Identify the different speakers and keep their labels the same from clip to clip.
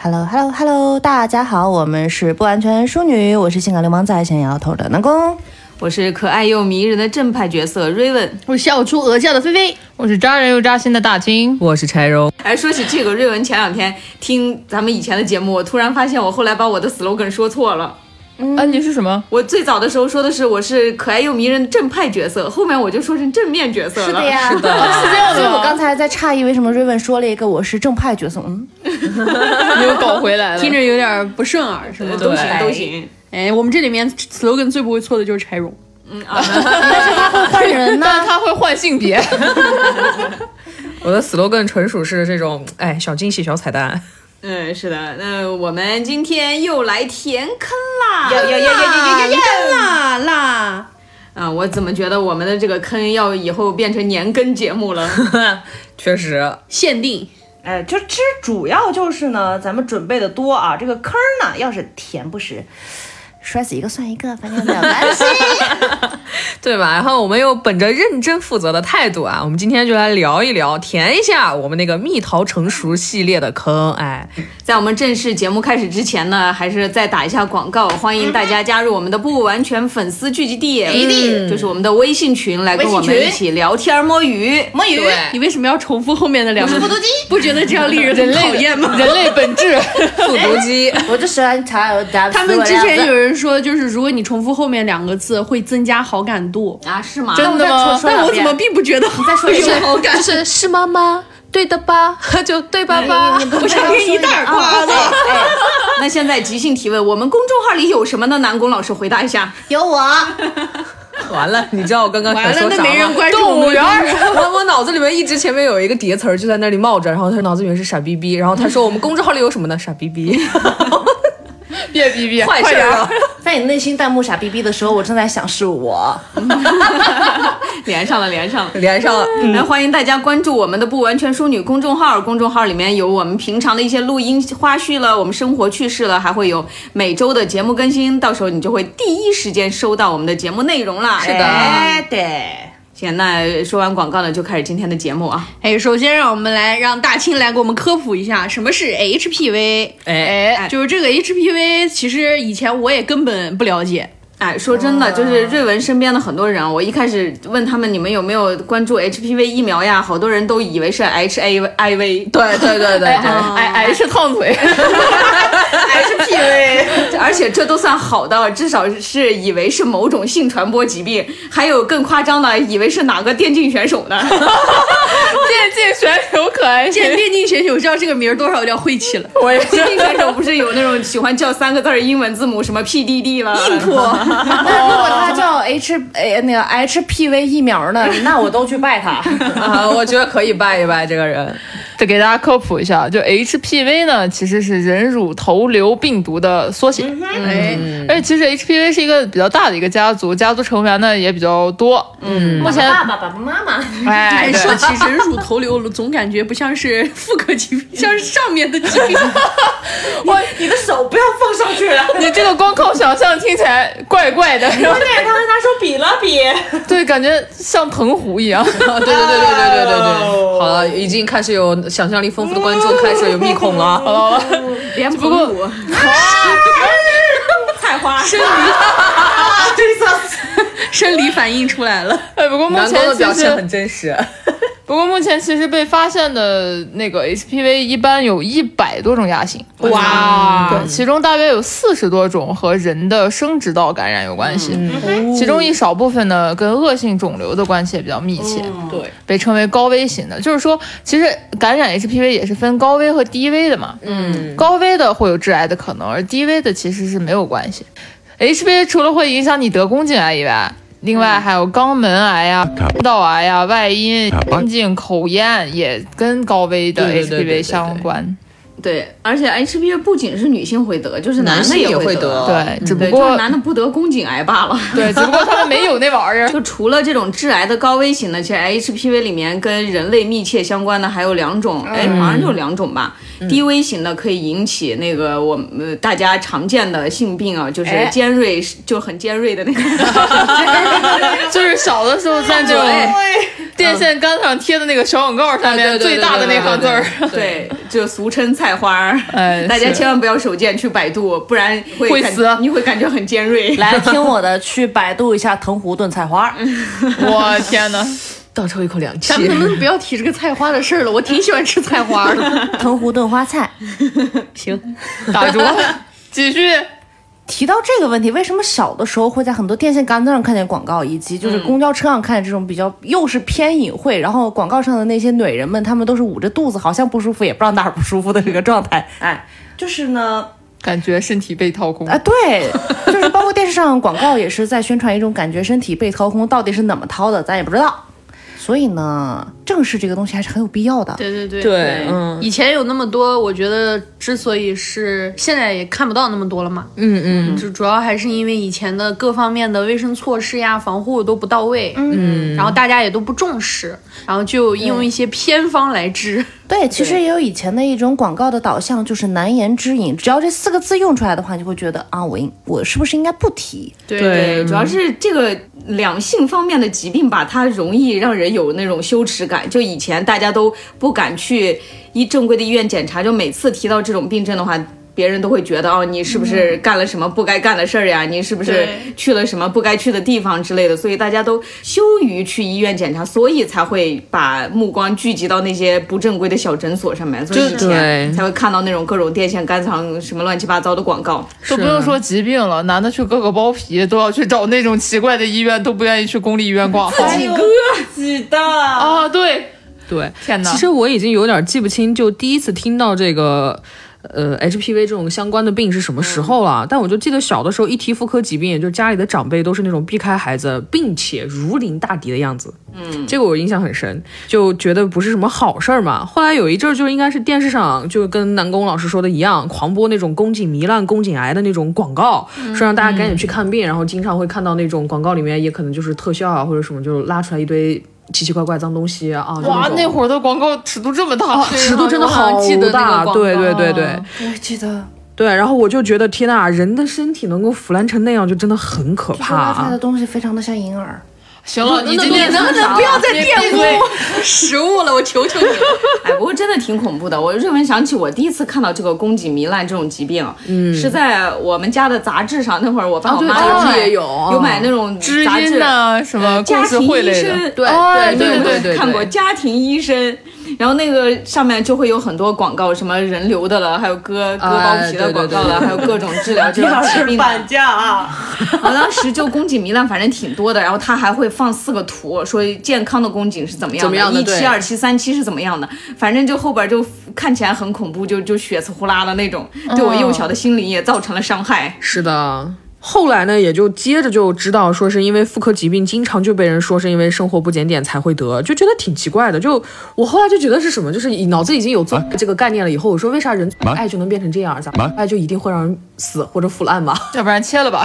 Speaker 1: Hello Hello Hello，大家好，我们是不完全淑女，我是性感流氓在线摇头的南宫。
Speaker 2: 我是可爱又迷人的正派角色 Raven。
Speaker 3: 我笑出鹅叫的菲菲，
Speaker 4: 我是扎人又扎心的大金，
Speaker 5: 我是柴荣，
Speaker 2: 哎，说起这个，瑞文前两天听咱们以前的节目，我突然发现我后来把我的 slogan 说错了。
Speaker 4: 啊，你是什么？
Speaker 2: 我最早的时候说的是我是可爱又迷人的正派角色，后面我就说成正面角色了。
Speaker 1: 是的呀，是
Speaker 3: 是这样
Speaker 1: 所以
Speaker 3: 的
Speaker 1: 我
Speaker 3: 吗
Speaker 1: 刚才在诧异为什么瑞文说了一个我是正派角色，嗯，
Speaker 3: 你又搞回来了。
Speaker 6: 听着有点不顺耳，是吗？
Speaker 2: 都行都行。
Speaker 6: 哎，我们这里面 slogan 最不会错的就是柴荣，
Speaker 2: 嗯啊，
Speaker 1: 换 人呢？
Speaker 4: 但他会换性别，
Speaker 5: 我的 slogan 纯属是这种，哎，小惊喜、小彩蛋。
Speaker 2: 嗯，是的。那我们今天又来填坑啦！
Speaker 3: 有有有有有有有
Speaker 6: 啦啦，
Speaker 2: 啊，我怎么觉得我们的这个坑要以后变成年更节目了？
Speaker 5: 确实，
Speaker 6: 限定
Speaker 7: 哎，就其实主要就是呢，咱们准备的多啊，这个坑儿呢，要是填不实，
Speaker 1: 摔死一个算一个，反正没有关 系。
Speaker 5: 对吧？然后我们又本着认真负责的态度啊，我们今天就来聊一聊，填一下我们那个蜜桃成熟系列的坑。哎，
Speaker 2: 在我们正式节目开始之前呢，还是再打一下广告，欢迎大家加入我们的不完全粉丝聚集地，嗯就是我们的微信群，来跟我
Speaker 3: 微信
Speaker 2: 们
Speaker 3: 群
Speaker 2: 一起聊天摸鱼。
Speaker 4: 嗯
Speaker 3: 摸鱼，
Speaker 6: 你为什么要重复后面的两个？复读机，不觉得这样令 人很讨厌吗？
Speaker 4: 人类本质。
Speaker 5: 复读 机，
Speaker 1: 我就喜欢查有打
Speaker 6: 他们之前有人说，就是如果你重复后面两个字，会增加好感度。
Speaker 2: 啊，是吗？
Speaker 4: 真的吗？
Speaker 6: 但我怎么并不觉得
Speaker 1: 再说一遍
Speaker 6: 有好感？
Speaker 4: 是是妈妈，对的 吧？就对吧吧？
Speaker 6: 我想哎给你一
Speaker 1: 啊
Speaker 6: 大耳刮子。
Speaker 2: 那现在即兴提问，我们公众号里有什么呢？南宫老师回答一下。
Speaker 1: 有我，
Speaker 5: 完了，你知道我刚刚想
Speaker 6: 完了，
Speaker 5: 说
Speaker 6: 那
Speaker 5: 啥
Speaker 6: 没人
Speaker 5: 吗？
Speaker 6: 关注
Speaker 4: 动
Speaker 6: 我
Speaker 4: 物
Speaker 6: 们
Speaker 4: 园儿。
Speaker 5: 我我脑子里面一直前面有一个叠词儿就在那里冒着，然后他脑子里面是傻逼逼，然后他说我们公众号里有什么呢？傻逼逼，
Speaker 4: 别逼逼，
Speaker 5: 坏
Speaker 4: 快
Speaker 5: 事
Speaker 4: 点
Speaker 5: 儿啊
Speaker 4: 儿！啊
Speaker 5: 了。
Speaker 1: 在你内心弹幕傻逼逼的时候，我正在想是我。
Speaker 2: 连上了，连上了。嗯
Speaker 5: 连上了，
Speaker 2: 来，欢迎大家关注我们的“不完全淑女”公众号，公众号里面有我们平常的一些录音花絮了，我们生活趣事了，还会有每周的节目更新，到时候你就会第一时间收到我们的节目内容啦。是
Speaker 5: 的
Speaker 7: 哎，对，
Speaker 2: 行，那说完广告呢，就开始今天的节目啊。
Speaker 6: 哎，首先让我们来让大庆来给我们科普一下什么是 HPV。
Speaker 5: 哎
Speaker 6: 哎，就是这个 HPV，其实以前我也根本不了解。
Speaker 2: 哎，说真的，就是瑞文身边的很多人啊，我一开始问他们你们有没有关注 HPV 疫苗呀，好多人都以为是 HIV，
Speaker 5: 对对对对 对，
Speaker 2: 哦
Speaker 4: 哎哎，是 烫嘴，
Speaker 2: 而且这都算好的，至少是以为是某种性传播疾病，还有更夸张的，以为是哪个电竞选手 呢？
Speaker 4: 电竞选手可爱
Speaker 6: 见电竞选手叫这个名儿，多少有点晦气了。
Speaker 2: 我 也电竞选手不是有那种喜欢叫三个字儿英文字母什么 PDD 了？ 啊
Speaker 1: 那如果他叫 H 哎那个 HPV 疫苗呢？ 那我都去拜他。
Speaker 5: 啊，我觉得可以拜一拜这个人。
Speaker 4: 得给大家科普一下，就 HPV 呢，其实是人乳头瘤病毒的缩写。
Speaker 5: 嗯
Speaker 6: 哎，
Speaker 4: 而且其实 HPV 是一个比较大的一个家族，家族成员呢也比较多。嗯，目 前
Speaker 1: 爸爸、爸爸妈 妈，
Speaker 4: 哎
Speaker 6: 哎，
Speaker 4: 对
Speaker 6: 说起人乳头瘤，我总感觉不像是妇科疾病，像是上面的疾病。
Speaker 7: 我你的手不要放上去了。
Speaker 4: 你这个光靠想象听起来怪怪的，然后
Speaker 7: 对，他拿手比了比，
Speaker 4: 对，感觉像藤壶一 样。
Speaker 5: 啊，对对对对对对对
Speaker 6: 哦
Speaker 5: 对，好
Speaker 2: 啊
Speaker 5: 了，已经开始有想象力丰富的观众开始有密孔了。好了，
Speaker 2: 脸谱舞，菜花，啊
Speaker 6: 生理反应出来了，
Speaker 4: 哎，不过目
Speaker 5: 南宫
Speaker 4: 前
Speaker 5: 的
Speaker 4: 其
Speaker 5: 表现
Speaker 4: 实
Speaker 5: 很，真实。
Speaker 4: 不过目前其实被发现的那个 HPV 一般有一百多种亚型，
Speaker 6: 哇！
Speaker 4: 对，其中大约有四十多种和人的生殖道感染有关系，其中一少部分呢跟恶性肿瘤的关系也比较密切，
Speaker 6: 对，
Speaker 4: 被称为高危型的。就是说，其实感染 HPV 也是分高危和低危的嘛，嗯，高危的会有致癌的可能，而低危的其实是没有关系。HPV 除了会影响你得宫颈癌以外，另外还有肛门癌呀、阴道癌啊呀、外阴、阴茎、口咽也跟高危的
Speaker 5: 对对对对对
Speaker 4: HPV 相关。
Speaker 2: 对，而且 HPV 不仅是女性会得，就是
Speaker 5: 男
Speaker 2: 的
Speaker 5: 性也
Speaker 2: 会
Speaker 5: 会得
Speaker 8: 对，只不
Speaker 2: 嗯对，就是
Speaker 8: 过
Speaker 2: 男的不得宫颈癌罢了。
Speaker 8: 对，只不过他们没有那玩 意儿。
Speaker 2: 就除了这种致癌的高危型的，其实 HPV 里面跟人类密切相关的还有两种，哎、好像就两种吧。低危型的可以引起那个我们、呃大家常见的性病啊，就是
Speaker 6: 哎
Speaker 2: 尖锐，就很尖锐的那个。
Speaker 8: 就是小的时候在这种电线杆上贴的那个小广告上面
Speaker 4: 啊
Speaker 5: 对对对
Speaker 8: 最大的那行字儿，
Speaker 2: 对，就俗称菜花儿。
Speaker 8: 哎
Speaker 2: 大家
Speaker 8: 是
Speaker 2: 千万不要手贱去百度，不然会
Speaker 8: 会
Speaker 2: 感
Speaker 8: 死
Speaker 2: 你会感觉很尖锐。
Speaker 1: 来听我的，去百度一下藤壶炖菜花。
Speaker 8: 我天哪！
Speaker 5: 倒抽一口凉气
Speaker 4: 咱。们能不能不要提这个菜花的事儿了？我 挺喜欢吃菜花的。
Speaker 1: 藤壶炖花菜。
Speaker 8: 打住，继续。
Speaker 1: 提到这个问题，为什么小的时候会在很多电线杆子上看见广告，以及就是公交车上看见这种比较又是偏隐晦，然后广告上的那些女人们，她们都是捂着肚子，好像不舒服，也不知道哪儿不舒服的这个状态。
Speaker 7: 就是呢，
Speaker 8: 感觉身体被掏空
Speaker 1: 啊，对，就是包括电视上广告也是在宣传一种感觉，身体被掏空，到底是怎么掏的，咱也不知道。所以呢，正视这个东西还是很有必要的。
Speaker 4: 对对对
Speaker 5: 对，嗯
Speaker 4: 以前有那么多，我觉得之所以是现在也看不到那么多了嘛，
Speaker 5: 嗯嗯，
Speaker 4: 就主要还是因为以前的各方面的卫生措施呀、防护都不到位，嗯，然后大家也都不重视，然后就用一些偏方来治，
Speaker 1: 对，其实也有以前的一种广告的导向，就是难言之隐。只要这四个字用出来的话，你就会觉得啊，我应我是不是应该不提？
Speaker 4: 对
Speaker 2: 对，主要是这个两性方面的疾病吧，它容易让人有那种羞耻感。就以前大家都不敢去医正规的医院检查，就每次提到这种病症的话。别人都会觉得哦，你是不是干了什么不该干的事儿呀？你是不是
Speaker 4: 对
Speaker 2: 去了什么不该去的地方之类的？所以大家都羞于去医院检查，所以才会把目光聚集到那些不正规的小诊所上面。所以以前
Speaker 5: 对
Speaker 2: 才会看到那种各种电线杆上什么乱七八糟的广告。
Speaker 8: 都不用说疾病了，男的去割个包皮都要去找那种奇怪的医院，都不愿意去公立医院挂号。
Speaker 7: 挤的
Speaker 8: 啊，对，
Speaker 5: 对。
Speaker 8: 天哪
Speaker 5: 其！实我已经有点记不清，就第一次听到这个。呃，HPV 这种相关的病是什么时候
Speaker 8: 嗯
Speaker 5: 了？但我就记得小的时候一提妇科疾病，也就是家里的长辈都是那种避开孩子，并且如临大敌的样子。嗯，这个我印象很深，就觉得不是什么好事儿嘛。后来有一阵儿就应该是电视上就跟南宫老师说的一样，狂播那种宫颈糜烂、宫颈癌的那种广告，
Speaker 8: 嗯
Speaker 5: 说让大家赶紧去看病。然后经常会看到那种广告里面也可能就是特效啊或者什么，就拉出来一堆奇奇怪怪脏东西啊。就那
Speaker 8: 哇，
Speaker 5: 种
Speaker 8: 那会儿的广告尺度这么大，
Speaker 5: 哦
Speaker 2: 啊
Speaker 5: 尺度真的
Speaker 4: 好
Speaker 5: 好
Speaker 4: 像记得那个
Speaker 5: 大，
Speaker 4: 广告嗯
Speaker 5: 对对对对
Speaker 1: 我记得
Speaker 5: 对。然后我就觉得天呐，人的身体能够腐烂成那样，就真的很可怕
Speaker 1: 拉出来
Speaker 5: 啊
Speaker 1: 的！东西非常的像银耳。
Speaker 8: 行了，你
Speaker 4: 那
Speaker 8: 今天
Speaker 4: 你能不能不要再
Speaker 8: 玷
Speaker 4: 污食物了？我求求你，
Speaker 2: 哎，不过真的挺恐怖的。我认为想起我第一次看到这个宫颈糜烂这种疾病，嗯，是在我们家的杂志上。那会儿我爸我妈
Speaker 5: 杂
Speaker 2: 有
Speaker 5: 志
Speaker 2: 买
Speaker 5: 也有
Speaker 2: 有买那种
Speaker 8: 知
Speaker 2: 杂
Speaker 8: 音
Speaker 2: 志，
Speaker 8: 呐、什么故
Speaker 2: 家
Speaker 8: 事
Speaker 2: 庭
Speaker 8: 会
Speaker 2: 医
Speaker 8: 类的
Speaker 2: 生，，
Speaker 5: 对
Speaker 4: 哦
Speaker 8: 哎
Speaker 5: 啊对
Speaker 8: 对
Speaker 5: 对
Speaker 8: 对
Speaker 5: 对对，
Speaker 2: 看过家庭医生。然后那个上面就会有很多广告，什么人流的了，还有割割包皮的
Speaker 5: 哎对对
Speaker 2: 广告了，
Speaker 5: 对对
Speaker 2: 还有各种治疗这
Speaker 7: 李
Speaker 2: 种
Speaker 7: 老
Speaker 2: 疾
Speaker 7: 师
Speaker 2: 病的。
Speaker 7: 绑架啊！
Speaker 2: 我当时就宫颈糜烂，反正挺多的。然后他还会放四个图，说健康的宫颈是怎么样的，
Speaker 5: 怎么样的
Speaker 2: 一期、
Speaker 5: 对
Speaker 2: 二期、三期是怎么样的。反正就后边就看起来很恐怖，就就血丝呼啦的那种，对我幼小的心灵也造成了伤害。
Speaker 5: 是的。后来呢，也就接着就知道，说是因为妇科疾病，经常就被人说是因为生活不检点才会得，就觉得挺奇怪的。就我后来就觉得是什么，就是脑子已经有做这个概念了。以后我说，为啥人
Speaker 9: 啊
Speaker 5: 爱就能变成这样？咋爱就一定会让人死或者腐烂吗？
Speaker 8: 要不然切了吧，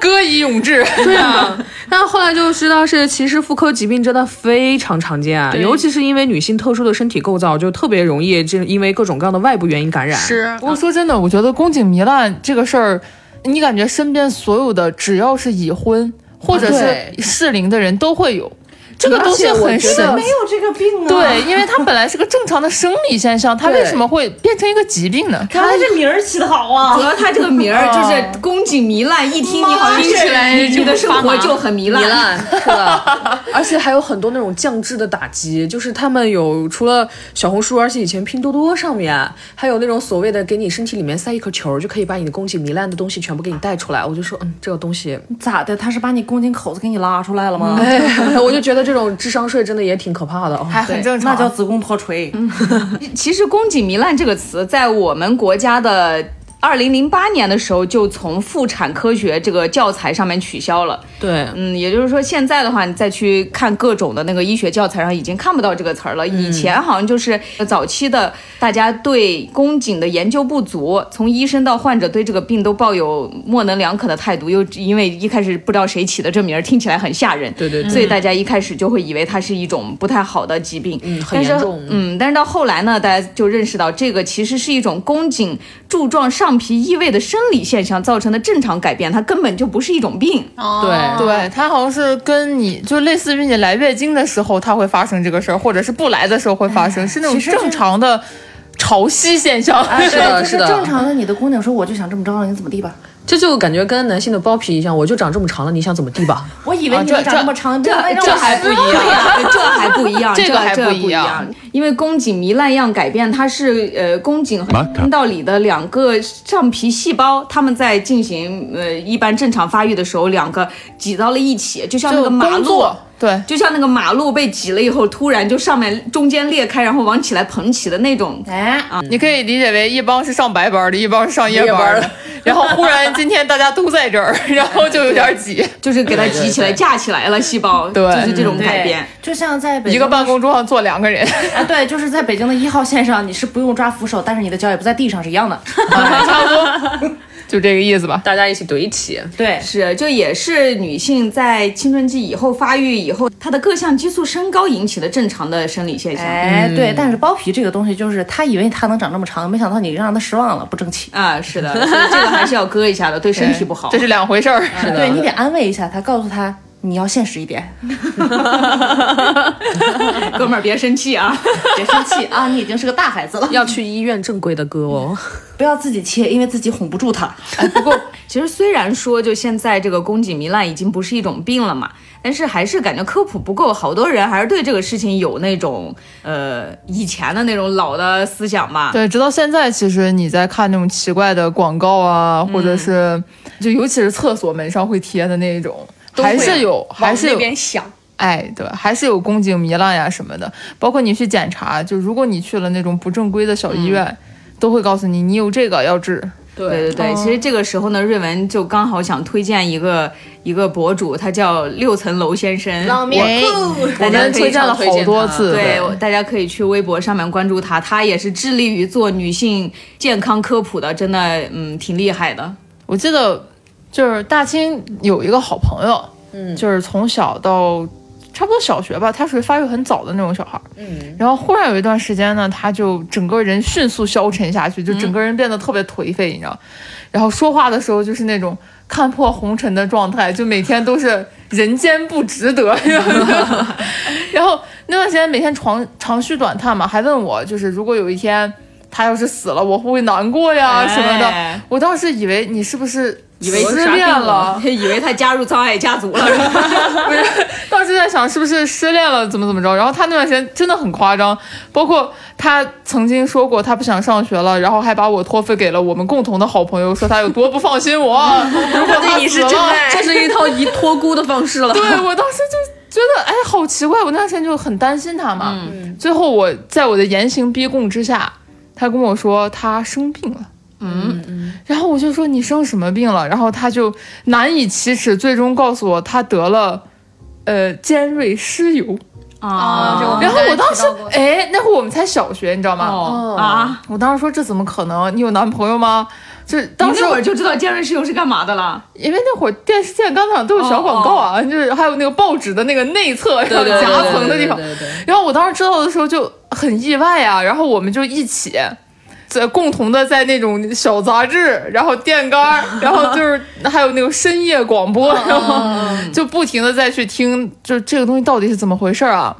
Speaker 8: 歌以咏志。
Speaker 5: 对啊，但后来就知道是，其实妇科疾病真的非常常见啊，尤其是因为女性特殊的身体构造，就特别容易这因为各种各样的外部原因感染。，
Speaker 8: 不过说真的，我觉得宫颈糜烂这个事儿，你感觉身边所有的只要是已婚或
Speaker 7: 啊
Speaker 8: 者
Speaker 5: 对
Speaker 8: 是适龄的人都会有。这个东西很神
Speaker 7: 没
Speaker 8: 奇，
Speaker 7: 有这个病啊！
Speaker 8: 对，，因为它本来是个正常的生理现象，它为什么会变成一个疾病呢？
Speaker 7: 看来这名儿起的好
Speaker 2: 主
Speaker 7: 啊！
Speaker 2: 要他这个名儿就是宫颈糜烂，一听你好像
Speaker 4: 听起来
Speaker 2: 你你的生活
Speaker 4: 就发麻
Speaker 2: 就很糜烂。
Speaker 5: 是的，而且还有很多那种降智的打击，就是他们有除了小红书，而且以前拼多多上面还有那种所谓的给你身体里面塞一颗球，就可以把你的宫颈糜烂的东西全部给你带出来。我就说，嗯，这个东西，
Speaker 1: 咋的？他是把你宫颈口子给你拉出来了吗？
Speaker 5: 哎，我就觉得这种智商税真的也挺可怕的哦。
Speaker 8: 还很正
Speaker 1: 嗯
Speaker 8: 常。
Speaker 7: 那叫子宫脱垂，
Speaker 2: 其实“宫颈糜烂”这个词在我们国家的二零零八年的时候就从妇产科学这个教材上面取消了。
Speaker 5: 对，
Speaker 2: 嗯，也就是说，现在的话，你再去看各种的那个医学教材上，已经看不到这个词儿了。
Speaker 5: 嗯
Speaker 2: 以前好像就是早期的，大家对宫颈的研究不足，从医生到患者对这个病都抱有模棱两可的态度，又因为一开始不知道谁起的这名儿，听起来很吓人，
Speaker 5: 对对对
Speaker 2: 所以大家一开始就会以为它是一种不太好的疾病，嗯，
Speaker 5: 很严重
Speaker 2: 嗯，但是到后来呢，大家就认识到这个其实是一种宫颈柱状上皮异位的生理现象造成的正常改变，它根本就不是一种病。
Speaker 4: 啊哦
Speaker 5: 对
Speaker 8: 对，它好像是跟你就类似于你来月经的时候，它会发生这个事儿，或者是不来的时候会
Speaker 7: 哎
Speaker 8: 发生，是那种正常的潮汐现象。
Speaker 5: 是的，是
Speaker 1: 啊就
Speaker 5: 的，
Speaker 1: 正常的，你的姑娘说我就想这么着，你怎么地吧？
Speaker 5: 这就感觉跟男性的包皮一样，我就长这么长了，你想怎么地吧？
Speaker 1: 我以为你们长啊这么长，这
Speaker 2: 这还不一样，这还不一样，
Speaker 8: 这个 还
Speaker 2: 这
Speaker 8: 不
Speaker 2: 不
Speaker 8: 一样
Speaker 2: 一样，因为宫颈糜烂样改变，它是呃宫颈和阴道里的两个上皮细胞，它们在进行呃一般正常发育的时候，两个挤到了一起，就像那个
Speaker 8: 就
Speaker 2: 马
Speaker 8: 工
Speaker 2: 路。
Speaker 8: 作，对，
Speaker 2: 就像那个马路被挤了以后，突然就上面中间裂开，然后往起来膨起的那种，
Speaker 1: 哎，
Speaker 8: 你可以理解为一帮是上白班的，一帮是上夜班的， 然后忽然今天大家都在这儿， 然后就有点挤，
Speaker 2: 就是给它挤起来、架起来了，细胞，
Speaker 8: 对
Speaker 2: 就是这种改变。
Speaker 1: 就像在北
Speaker 8: 一
Speaker 1: 京
Speaker 8: 个办公桌上坐两个人。
Speaker 1: 啊，对，就是在北京的一号线上，你是不用抓扶手，但是你的脚也不在地上，是一样 的。
Speaker 8: 差不多，就这个意思吧。
Speaker 5: 大家一起怼起，
Speaker 1: 对，
Speaker 2: 是，就也是女性在青春期以后发育以后，她的各项激素升高引起的正常的生理现象。
Speaker 1: 哎，
Speaker 5: 嗯
Speaker 1: 对，但是包皮这个东西，就是他以为他能长这么长，没想到你让他失望了，不争气。
Speaker 2: 啊，是的，所以这个还是要割一下的， 对身体不好
Speaker 8: 这。是两回事儿。
Speaker 1: 对你得安慰一下他，告诉他你要现实一点，
Speaker 2: 哥们儿别生气 啊！
Speaker 1: 别生 气啊，你已经是个大孩子了，
Speaker 5: 要去医院正规的割 哦。
Speaker 1: 不要自己切，因为自己哄不住他。
Speaker 2: 其实虽然说就现在这个宫颈糜烂已经不是一种病了嘛，但是还是感觉科普不够，好多人还是对这个事情有那种呃以前的那种老的思想嘛。
Speaker 8: 对，直到现在，其实你在看那种奇怪的广告啊，或者是就尤其是厕所门上会贴的那一种，还是有，还是
Speaker 6: 那
Speaker 8: 有，
Speaker 6: 边想，
Speaker 8: 哎，对，还是有宫颈糜烂呀什么的。包括你去检查，就如果你去了那种不正规的小医院，都会告诉你你有这个要治。
Speaker 2: 对对对，
Speaker 8: 哦
Speaker 2: 其实这个时候呢，瑞文就刚好想推荐一个一个博主，他叫六层楼先生，
Speaker 8: 哎
Speaker 2: 大家
Speaker 8: 我们
Speaker 2: 可以
Speaker 8: 推荐了好多 次，
Speaker 2: 对，我大家可以去微博上面关注他，他也是致力于做女性健康科普的，真的，嗯，挺厉害的。
Speaker 8: 我记得就是大清有一个好朋友，嗯，就是从小到差不多小学吧，他属于发育很早的那种小孩，嗯，然后忽然有一段时间呢，他就整个人迅速消沉下去，就整个人变得特别颓废，你知道，然后说话的时候就是那种看破红尘的状态，就每天都是人间不值得， 然后那段时间每天长长吁短叹嘛，还问我就是如果有一天。他要是死了，我会不会难过呀什么的？
Speaker 2: 哎
Speaker 8: 我当时以为你是不是以
Speaker 2: 以为
Speaker 8: 失恋了，
Speaker 2: 以为他加入葬爱家族了。
Speaker 8: 啊 不是， 当时在想是不是失恋了，怎么怎么着。然后他那段时间真的很夸张，包括他曾经说过他不想上学了，然后还把我托付给了我们共同的好朋友，说他有多不放心我，啊如果他 死了，
Speaker 6: 这是一套以托孤的方式了。
Speaker 8: 对我当时就觉得，哎，好奇怪，我那段时间就很担心他嘛。
Speaker 4: 嗯
Speaker 2: 嗯
Speaker 8: 最后我在我的严刑逼供之下，他跟我说他生病了。嗯，然后我就说你生什么病了？然后他就难以启齿，最终告诉我他得了，呃，尖锐湿疣。哦
Speaker 2: 啊
Speaker 4: 就
Speaker 8: 然后我当
Speaker 4: 刚才
Speaker 8: 时
Speaker 4: 提到过，嗯
Speaker 8: 哎，那会儿我们才小学，你知道吗？
Speaker 2: 哦啊！
Speaker 8: 我当时说这怎么可能？你有男朋友吗？就是当
Speaker 2: 你
Speaker 8: 时
Speaker 2: 那
Speaker 8: 我
Speaker 2: 会儿就知道尖锐湿疣是干嘛的了。
Speaker 8: 因为那会儿电视健康上都有小广告啊，就是还有那个报纸的那个内侧然后
Speaker 5: 哦对对
Speaker 8: 夹层的地方
Speaker 5: 对对对对对。
Speaker 8: 然后我当时知道的时候就很意外啊，然后我们就一起在共同的在那种小杂志，然后电杆儿，然后就是 还有那种深夜广播，
Speaker 5: 哦
Speaker 8: 然后就不停的再去听，就这个东西到底是怎么回事儿啊？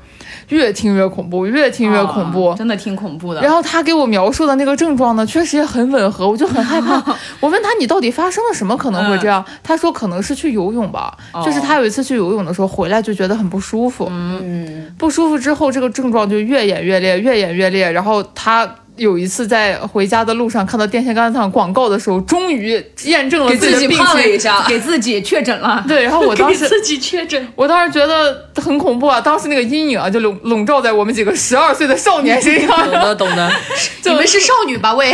Speaker 8: 越听越恐怖，越听越恐怖，
Speaker 5: 哦
Speaker 2: 啊真的挺恐怖的。
Speaker 8: 然后他给我描述的那个症状呢，确实也很吻合，我就很害 怕。我问他你到底发生了什么可能会这样？他说可能是去游泳吧，就是他有一次去游泳的时候回来就觉得很不舒服，嗯，不舒服之后这个症状就越演越烈，越演越烈，然后他。有一次在回家的路上看到电线杆上广告的时候，终于验证了
Speaker 2: 给
Speaker 8: 自
Speaker 2: 自
Speaker 8: 己
Speaker 2: 己
Speaker 8: 的病
Speaker 2: 胖了
Speaker 8: 情。
Speaker 2: 一下，给自己确诊了。
Speaker 8: 对，然后我当时
Speaker 6: 自己确诊，
Speaker 8: 我当时觉得很恐怖啊！当时那个阴影啊，就笼笼罩在我们几个十二岁的少年身上。
Speaker 5: 懂的懂的，
Speaker 4: 你们是少女吧？喂，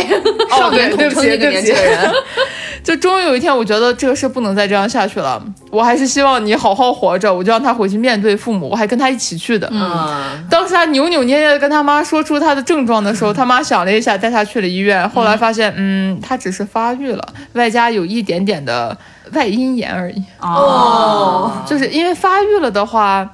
Speaker 8: 哦，对，对不起，
Speaker 2: 那个
Speaker 8: 对不
Speaker 2: 年
Speaker 8: 起
Speaker 2: 轻。人，
Speaker 8: 就终于有一天，我觉得这个事不能再这样下去了。我还是希望你好好活着，我就让他回去面对父母，我还跟他一起去的。
Speaker 5: 啊
Speaker 2: 嗯，
Speaker 8: 当时他扭扭捏捏的跟他妈说出他的症状的时候，他妈想了一下，带他去了医院。后来发现，嗯，他只是发育了，外加有一点点的外阴炎而已。
Speaker 2: 哦，
Speaker 8: 就是因为发育了的话，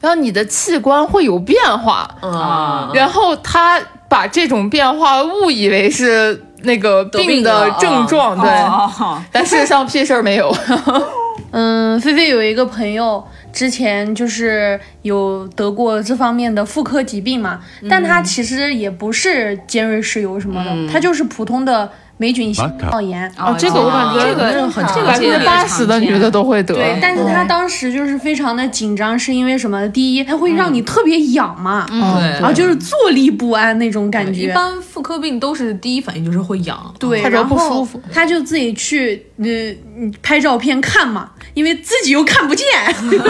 Speaker 8: 然后你的器官会有变化。
Speaker 2: 啊，
Speaker 8: 然后他把这种变化误以为是那个病的症状，对。
Speaker 2: 啊哦
Speaker 8: 但事实上屁事儿没有，
Speaker 4: 嗯，菲菲有一个朋友，之前就是有得过这方面的妇科疾病嘛，但她其实也不是尖锐湿疣什么的，她就是普通的霉菌性脑炎。
Speaker 2: 哦
Speaker 8: 这个我感觉
Speaker 2: 这个
Speaker 5: 这个很
Speaker 8: 百
Speaker 5: 常
Speaker 8: 分
Speaker 5: 见
Speaker 8: 之八十的女的都会得。
Speaker 4: 对，但是她当时就是非常的紧张，是因为什么？第一，它会让你特别痒嘛，
Speaker 8: 嗯
Speaker 4: 然后就是坐立不安那种感
Speaker 5: 一
Speaker 4: 觉。
Speaker 5: 般妇科病都是第一反应就是会痒，
Speaker 4: 对，
Speaker 8: 他觉得
Speaker 4: 然后
Speaker 8: 不舒服
Speaker 4: 他就自己去呃嗯拍照片看嘛，因为自己又看不见， 只能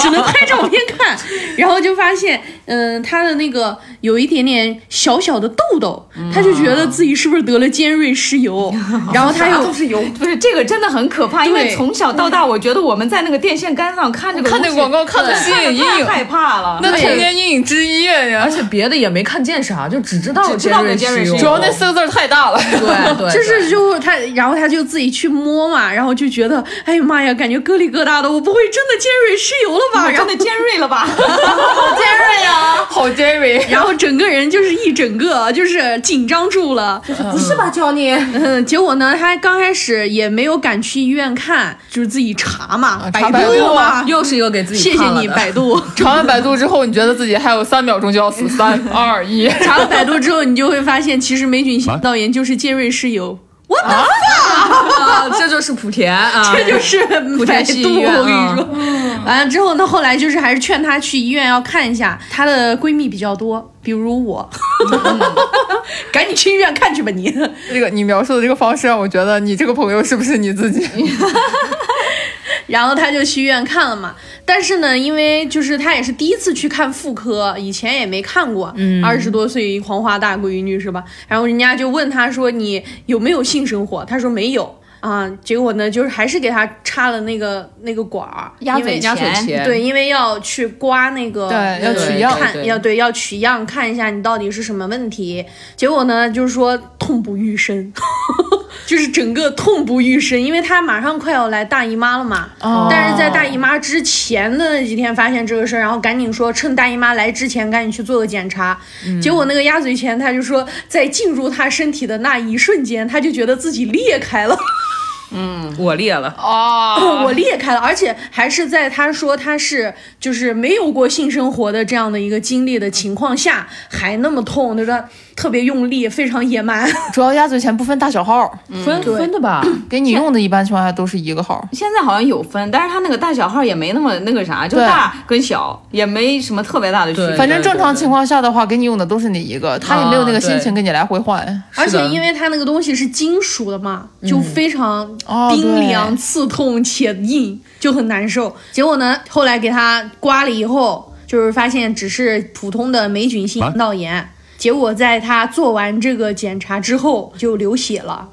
Speaker 4: 只能拍照片看，然后就发现，嗯、他的那个有一点点小小的痘痘，他就觉得自己是不是得了尖锐湿疣，然后他又
Speaker 7: 是 有
Speaker 2: 不是这个真的很可怕，因为
Speaker 4: 对
Speaker 2: 从小到大，我觉得我们在那个电线杆上看这个
Speaker 8: 看那
Speaker 2: 东
Speaker 8: 个
Speaker 2: 西
Speaker 8: 广告看的心理阴
Speaker 2: 太
Speaker 8: 影，
Speaker 2: 害怕了。
Speaker 8: 那童年阴影之一啊呀
Speaker 5: 而。且别的也没看见啥，就只知道
Speaker 2: 只知道
Speaker 5: 尖
Speaker 2: 个尖锐湿
Speaker 5: 疣，
Speaker 2: 疣
Speaker 8: 主要那四个字儿太大了，
Speaker 5: 对对，
Speaker 4: 就是就他，然后他就自己去摸嘛，然后就觉得，哎呀妈呀，感觉疙里疙瘩的，我不会真的尖锐湿疣了吧？
Speaker 2: 哇，
Speaker 4: 然后
Speaker 2: 真的尖锐了吧？
Speaker 8: 好 Jerry。
Speaker 4: 然后整个人就是一整个就是紧张住了。
Speaker 7: 不是吧，教练？
Speaker 4: 嗯，结果呢，他刚开始也没有敢去医院看，就是自己啊查嘛，
Speaker 8: 查百
Speaker 4: 度
Speaker 8: 度
Speaker 4: 嘛。
Speaker 5: 又是一个给自己
Speaker 4: 谢谢
Speaker 5: 看了
Speaker 4: 你，
Speaker 5: 的
Speaker 4: 百度。
Speaker 8: 查完百度之后，你觉得自己还有三秒钟就要死，三二一。
Speaker 4: 查了百度之后，你就会发现，其实霉菌性脑炎就是尖锐湿疣，
Speaker 5: 啊， 这就是莆田 啊，
Speaker 4: 这 就是百度。我跟
Speaker 5: 田系医
Speaker 4: 你
Speaker 5: 院
Speaker 4: 说，啊嗯完了之后呢，后来就是还是劝她去医院要看一下，她的闺蜜比较多，比如我， 赶紧去医院看去吧你。
Speaker 8: 这个你描述的这个方式让我觉得你这个朋友是不是你自己？
Speaker 4: 然后他就去医院看了嘛。但是呢，因为就是他也是第一次去看妇科，以前也没看过，二十、多岁黄花大闺女是吧？然后人家就问他说：“你有没有性生活？”他说没有。啊，结果呢，就是还是给他插了那个那个管儿，
Speaker 2: 鸭
Speaker 4: 因
Speaker 2: 嘴
Speaker 4: 为
Speaker 2: 钳
Speaker 5: 钳
Speaker 4: 对，因为要去刮那个，
Speaker 8: 对要
Speaker 4: 呃
Speaker 8: 取样
Speaker 4: 看
Speaker 5: 对对
Speaker 4: 要对要取样看一下你到底是什么问题。结果呢，就是说痛不欲生， 就是整个痛不欲生，因为她马上快要来大姨妈了嘛。
Speaker 8: 哦
Speaker 4: 但是在大姨妈之前的那几天发现这个事儿，然后赶紧说趁大姨妈来之前赶紧去做个检查。
Speaker 8: 嗯
Speaker 4: 结果那个鸭嘴钳，他就说在进入她身体的那一瞬间，他就觉得自己裂开了。
Speaker 5: 我裂了，
Speaker 8: 哦，
Speaker 4: 我裂开了，而且还是在他说他是就是没有过性生活的这样的一个经历的情况下，还那么痛，就是他特别用力，非常野蛮。
Speaker 8: 主要鸭嘴钳不分大小号，
Speaker 5: 分分的吧，
Speaker 8: 给你用的一般情况下都是一个号。
Speaker 2: 现在好像有分，但是它那个大小号也没那么那个啥，就
Speaker 8: 对
Speaker 2: 大跟小也没什么特别大的区
Speaker 5: 对
Speaker 2: 别。
Speaker 8: 反正正常情况下的话，给你用的都是那一个，他也没有那个心情跟你来回换。
Speaker 4: 而且因
Speaker 5: 为
Speaker 4: 为它那个东西是金属的嘛，就非常
Speaker 8: 嗯哦
Speaker 4: 冰凉、
Speaker 8: 对
Speaker 4: 刺痛且硬，就很难受。结果呢，后来给它刮了以后，就是发现只是普通的霉菌
Speaker 8: 啊
Speaker 4: 性脑炎。结果在他做完这个检查之后就流血了，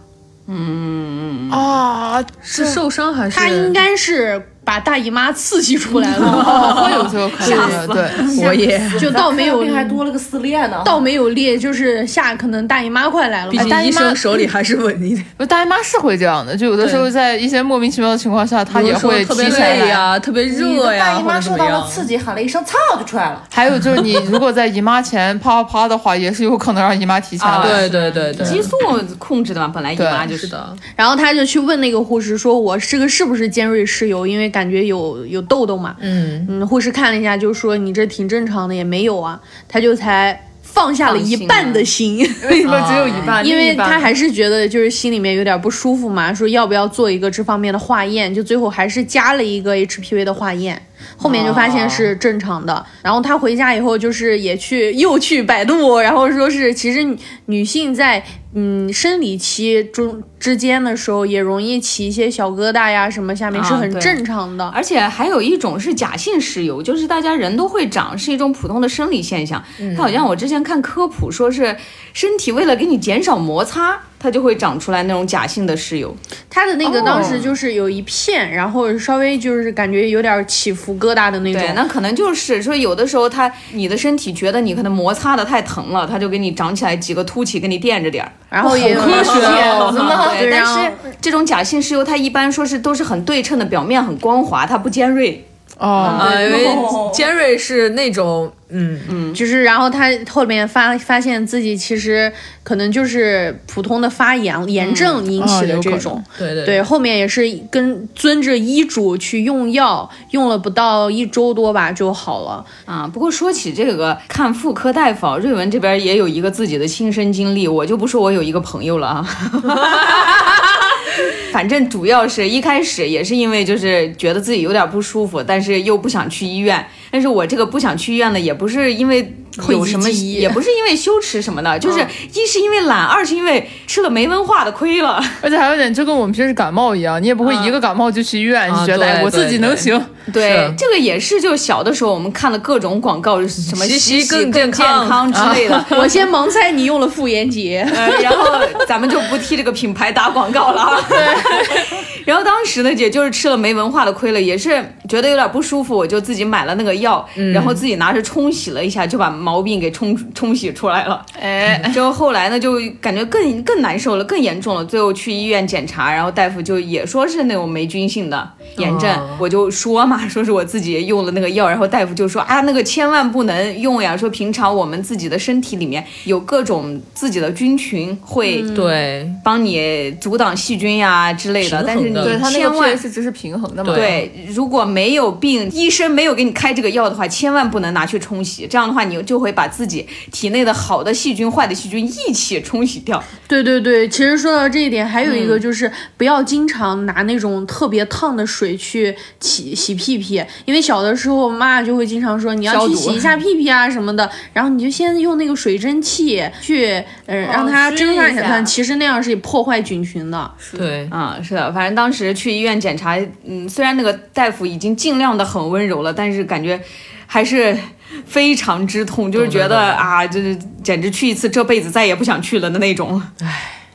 Speaker 8: 啊，
Speaker 5: 是受伤还是
Speaker 4: 他应该是把大姨妈刺激出来了。
Speaker 8: 会有这个可能，对，
Speaker 5: 我也
Speaker 4: 就倒没有
Speaker 7: 病还多了个撕裂呢。
Speaker 4: 倒没有裂，就是下可能大姨妈快来了哎
Speaker 5: 毕
Speaker 4: 嘛。
Speaker 5: 竟医生手里还是稳一点，
Speaker 8: 不大姨妈是会这样的，就有的时候在一些莫名其妙的情况下，她
Speaker 5: 比
Speaker 8: 也
Speaker 5: 如说
Speaker 8: 会
Speaker 5: 特别
Speaker 8: 提前
Speaker 5: 累
Speaker 8: 来。
Speaker 5: 呀，特别
Speaker 7: 你
Speaker 5: 热
Speaker 7: 的大
Speaker 5: 呀，
Speaker 7: 姨
Speaker 5: 或
Speaker 7: 妈
Speaker 5: 者怎
Speaker 7: 受
Speaker 5: 么
Speaker 7: 到了
Speaker 5: 样。
Speaker 7: 刺激，喊了一声“操”就出来了。
Speaker 8: 还有就是你如果在姨妈 前啪啪啪的话，也是有可能让姨妈提前
Speaker 2: 啊
Speaker 8: 来。
Speaker 5: 对对对
Speaker 2: 激
Speaker 5: 对，。
Speaker 2: 素控制的嘛，本来姨妈就是
Speaker 5: 的，
Speaker 4: 然后他就去问那个护士说：“我这个是不是尖锐湿疣？因为感觉有有痘痘嘛。”
Speaker 5: 嗯，
Speaker 4: 嗯，护士看了一下，就说：“你这挺正常的，也没有啊。”他就才放下了
Speaker 2: 放
Speaker 4: 一
Speaker 2: 心
Speaker 4: 半
Speaker 2: 了
Speaker 4: 的心，
Speaker 8: 为什么只有一
Speaker 2: 啊
Speaker 8: 半？
Speaker 4: 因为他
Speaker 8: 他
Speaker 4: 还是觉得就是心里面有点不舒服嘛，说要不要做一个这方面的化验，就最后还是加了一个 HPV 的化验。后面就发现是正常的。
Speaker 2: 哦
Speaker 4: 然后她回家以后，就是也去又去百度，然后说是其实女女性在嗯生理期中之间的时候，也容易起一些小疙瘩呀什么，下面是
Speaker 2: 啊
Speaker 4: 很
Speaker 2: 对
Speaker 4: 正常的。
Speaker 2: 而且还有一种是假性石油，就是大家人都会长，是一种普通的生理现象。它好像我之前看科普说是身体为了给你减少摩擦，它就会长出来那种假性的石油。
Speaker 4: 它的那个
Speaker 2: 哦
Speaker 4: 当时就是有一片，然后稍微就是感觉有点起伏疙瘩的那种
Speaker 2: 对，。那可能就是说有的时候它你的身体觉得你可能摩擦的太疼了，它就给你长起来几个凸起，给你垫着点儿。
Speaker 4: 然后也有科学
Speaker 2: 哦
Speaker 4: 对，
Speaker 2: 对，
Speaker 4: 然
Speaker 2: 但
Speaker 4: 后
Speaker 2: 是这种假性石油它一般说是都是很对称的，表面很光滑，它不尖锐。
Speaker 8: 哦，
Speaker 5: 啊，因为尖锐是那种，嗯，
Speaker 4: 就是，然后他后面发发现自己其实可能就是普通的发炎炎症引起
Speaker 5: 嗯哦
Speaker 4: 的这种。
Speaker 5: 对对
Speaker 4: 对，后面也是跟遵着医嘱去用药，用了不到一周多吧就好了。
Speaker 2: 啊，不过说起这个看妇科大夫，瑞文这边也有一个自己的亲身经历，我就不说我有一个朋友了啊。 反正主要是一开始也是因为就是觉得自己有点不舒服，但是又不想去医院。但是我这个不想去医院呢，也不是因为有什么，也不是因为羞耻什么的，就是
Speaker 5: 嗯
Speaker 2: 一是因为懒，二是因为吃了没文化的亏了。
Speaker 8: 而且还有点就跟我们平时感冒一样，你也不会一个感冒就去医院，
Speaker 5: 啊
Speaker 8: 就觉得
Speaker 5: 对
Speaker 8: 哎我自己
Speaker 5: 对
Speaker 8: 能
Speaker 5: 对
Speaker 8: 行。
Speaker 2: 对
Speaker 5: 是，
Speaker 2: 这个也是，就是小的时候我们看的各种广告，什么
Speaker 5: 洗
Speaker 2: 洗
Speaker 5: 洗更
Speaker 2: 健
Speaker 5: 健康啊
Speaker 2: 之类 的，
Speaker 4: 我先盲猜你用了妇炎洁，
Speaker 2: 呃，然后咱们就不替这个品牌打广告了啊。然后当时呢，也就是吃了没文化的亏了，也是觉得有点不舒服，我就自己买了那个药，
Speaker 5: 嗯
Speaker 2: 然后自己拿着冲洗了一下，就把毛病给冲冲洗出来了。
Speaker 8: 哎，
Speaker 2: 之后后来呢，就感觉更更难受了，更严重了。最后去医院检查，然后大夫就也说是那种霉菌性的炎症，
Speaker 5: 哦
Speaker 2: 我就说嘛，说是我自己用了那个药，然后大夫就说啊，那个千万不能用呀，说平常我们自己的身体里面有各种自己的菌群会
Speaker 5: 嗯对，
Speaker 2: 帮你阻挡细菌呀、之类的，
Speaker 5: 平衡的
Speaker 2: 但是你
Speaker 8: 对它那个
Speaker 2: 千万。
Speaker 8: pH 值是平衡的嘛？
Speaker 2: 对，如果没有病，医生没有给你开这个药的话，千万不能拿去冲洗。这样的话，你就会把自己体内的好的细菌、坏的细菌一起冲洗掉。
Speaker 4: 对对对，其实说到这一点，还有一
Speaker 2: 嗯
Speaker 4: 个就是不要经常拿那种特别烫的水去洗洗屁屁，因为小的时候妈就会经常说你要
Speaker 2: 消
Speaker 4: 去
Speaker 2: 毒
Speaker 4: 洗一下屁屁啊什么的，然后你就先用那个水蒸气去，呃，让它蒸发一
Speaker 2: 哦
Speaker 4: 下，
Speaker 2: 一下
Speaker 4: 但其实那样是破坏菌群的。
Speaker 5: 对，
Speaker 2: 啊，是的，反正当时去医院检查，嗯，虽然那个大夫已经尽量的很温柔了，但是感觉还是非常之痛，就是觉
Speaker 5: 懂
Speaker 2: 得
Speaker 5: 懂懂
Speaker 2: 啊，这是简直去一次这辈子再也不想去了的那种。唉，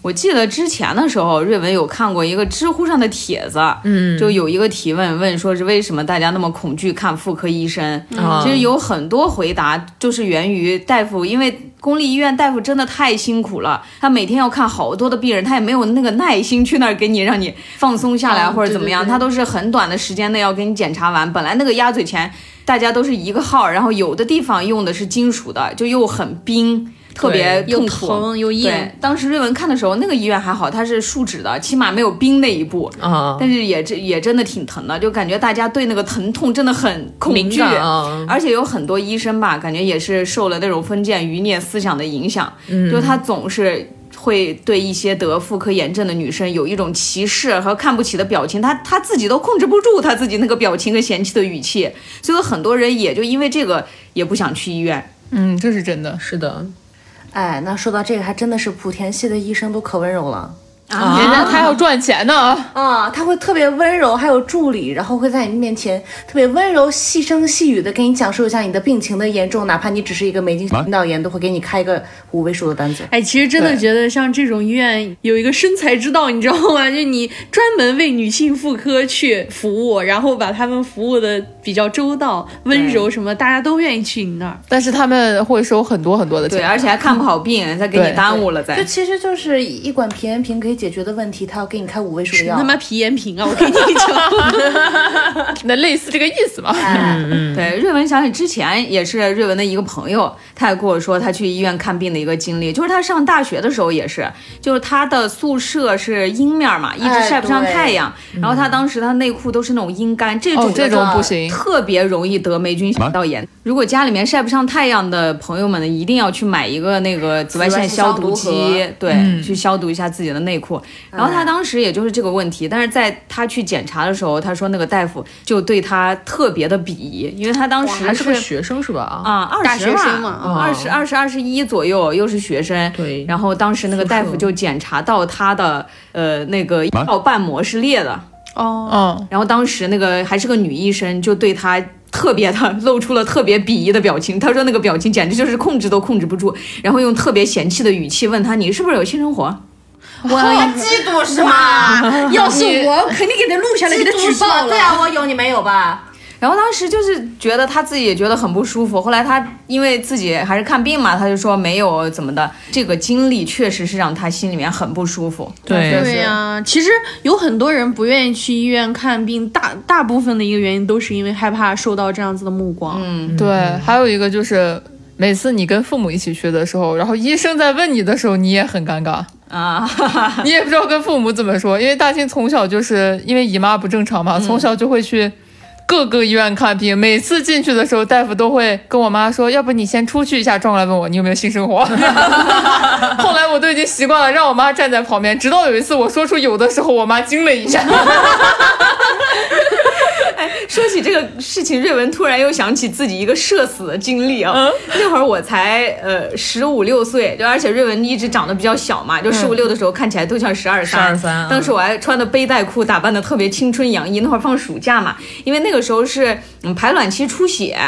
Speaker 2: 我记得之前的时候，瑞文有看过一个知乎上的帖子，嗯，就有一个提问问说是为什么大家那么恐惧看妇科医生，
Speaker 4: 嗯
Speaker 5: 啊
Speaker 2: 其实有很多回答就是源于大夫，因为公立医院大夫真的太辛苦了，他每天要看好多的病人，他也没有那个耐心去那儿给你让你放松下来
Speaker 4: 啊
Speaker 2: 或者怎么样，
Speaker 4: 对对对
Speaker 2: 他都是很短的时间内要给你检查完。本来那个鸭嘴钳大家都是一个号，然后有的地方用的是金属的，就又很冰，特别
Speaker 4: 又
Speaker 2: 痛苦。
Speaker 4: 疼又硬，
Speaker 2: 对，当时瑞文看的时候，那个医院还好，它是树脂的，起码没有冰那一步。
Speaker 5: 啊，
Speaker 2: 但是也这也真的挺疼的，就感觉大家对那个疼痛真的很恐
Speaker 5: 敏
Speaker 2: 惧，
Speaker 5: 感啊
Speaker 2: 而且有很多医生吧，感觉也是受了那种封建余孽思想的影响，就他总是。会对一些得妇科炎症的女生有一种歧视和看不起的表情，她她自己都控制不住她自己那个表情和嫌弃的语气，所以有很多人也就因为这个也不想去医院。
Speaker 8: 嗯，这是真的。
Speaker 5: 是的，
Speaker 1: 哎，那说到这个，还真的是莆田系的医生都可温柔了。
Speaker 8: 人家他要赚钱呢，
Speaker 1: 啊，他会特别温柔，还有助理，然后会在你面前特别温柔、细声细语的跟你讲述一下你的病情的严重，哪怕你只是一个霉菌
Speaker 5: 啊
Speaker 1: 性脑炎，都会给你开一个五位数的单子。
Speaker 4: 哎，其实真的
Speaker 8: 对
Speaker 4: 觉得像这种医院有一个生财之道，你知道吗？ 就你专门为女性妇科去服务，然后把她们服务的比较周到、温柔什么，大家都愿意去你那儿。
Speaker 8: 但是他们会收很多很多的
Speaker 2: 对，
Speaker 8: 钱。
Speaker 2: 而且还看不好病，再给你
Speaker 8: 对
Speaker 2: 耽误了再。
Speaker 1: 就其实就是一管皮炎平可以解决的问题，他要给你开五位
Speaker 2: 哎
Speaker 1: 数的药。
Speaker 4: 他妈皮炎平啊！我跟你讲，
Speaker 8: 那类似这个意思嘛？
Speaker 1: 哎，
Speaker 2: 对，瑞文想起之前也是瑞文的一个朋友，他也跟我说他去医院看病的一个经历，就是他上大学的时候也是，就是他的宿舍是阴面嘛，一直
Speaker 1: 哎
Speaker 2: 晒不上
Speaker 1: 对
Speaker 2: 太阳，然后他当时他内裤都是那种阴干，这种
Speaker 8: 哦
Speaker 2: 的，
Speaker 8: 这种不行。
Speaker 2: 特别容易得霉菌食道炎。如果家里面晒不上太阳的朋友们呢，一定要去买一个那个紫外线消毒
Speaker 1: 紫外线消毒
Speaker 2: 机，对，去消毒一下自己的内裤。然
Speaker 5: 嗯
Speaker 2: 后他当时也就是这个问题，但是在他去检查的时候，他说那个大夫就对他特别的鄙夷，因为他当时
Speaker 5: 还是个学生是吧？啊，
Speaker 2: 啊，二
Speaker 4: 大
Speaker 2: 十
Speaker 4: 学生嘛
Speaker 5: 嗯
Speaker 2: 二十二十二十一左右，又是学生。
Speaker 5: 对
Speaker 2: 然后当时那个大夫就检查到他的呃那个药瓣膜是裂的，啊
Speaker 4: 哦，
Speaker 8: 嗯，
Speaker 2: 然后当时那个还是个女医生，就对他。特别的露出了特别鄙夷的表情，她说那个表情简直就是控制都控制不住，然后用特别嫌弃的语气问他你是不是有性生活？
Speaker 7: 嫉妒是吗？
Speaker 4: 要是我肯定给他录下来，给他举报了。
Speaker 7: 对啊，我有你没有吧？
Speaker 2: 然后当时就是觉得他自己也觉得很不舒服，后来他因为自己还是看病嘛，他就说没有怎么的。这个经历确实是让他心里面很不舒服。
Speaker 5: 对
Speaker 4: 对呀、其实有很多人不愿意去医院看病，大大部分的一个原因都是因为害怕受到这样子的目光。
Speaker 2: 嗯
Speaker 8: 对，还有一个就是。每次你跟父母一起去的时候，然后医生在问你的时候，你也很尴 尬，
Speaker 2: 啊， 哈哈哈
Speaker 8: 你也不知道跟父母怎么说。因为大庆从小就是因为姨妈不正常嘛，从小就会去各个医院看病。每次进去的时候，大夫都会跟我妈说：“要不你先出去一下。”转过来问我你有没有性生 活。后来我都已经习惯了，让我妈站在旁边。直到有一次我说出有的时候，我妈惊了一 下。
Speaker 2: 说起这个事情，瑞文突然又想起自己一个社死的经历啊。那会儿我才呃十五六岁，就而且瑞文一直长得比较小嘛，就十五六的时候看起来都像十二三。
Speaker 5: 12嗯
Speaker 2: 当时我还穿的背带裤，打扮的特别青春洋溢。那会儿放暑假嘛，因为那个时候是嗯排卵期出血。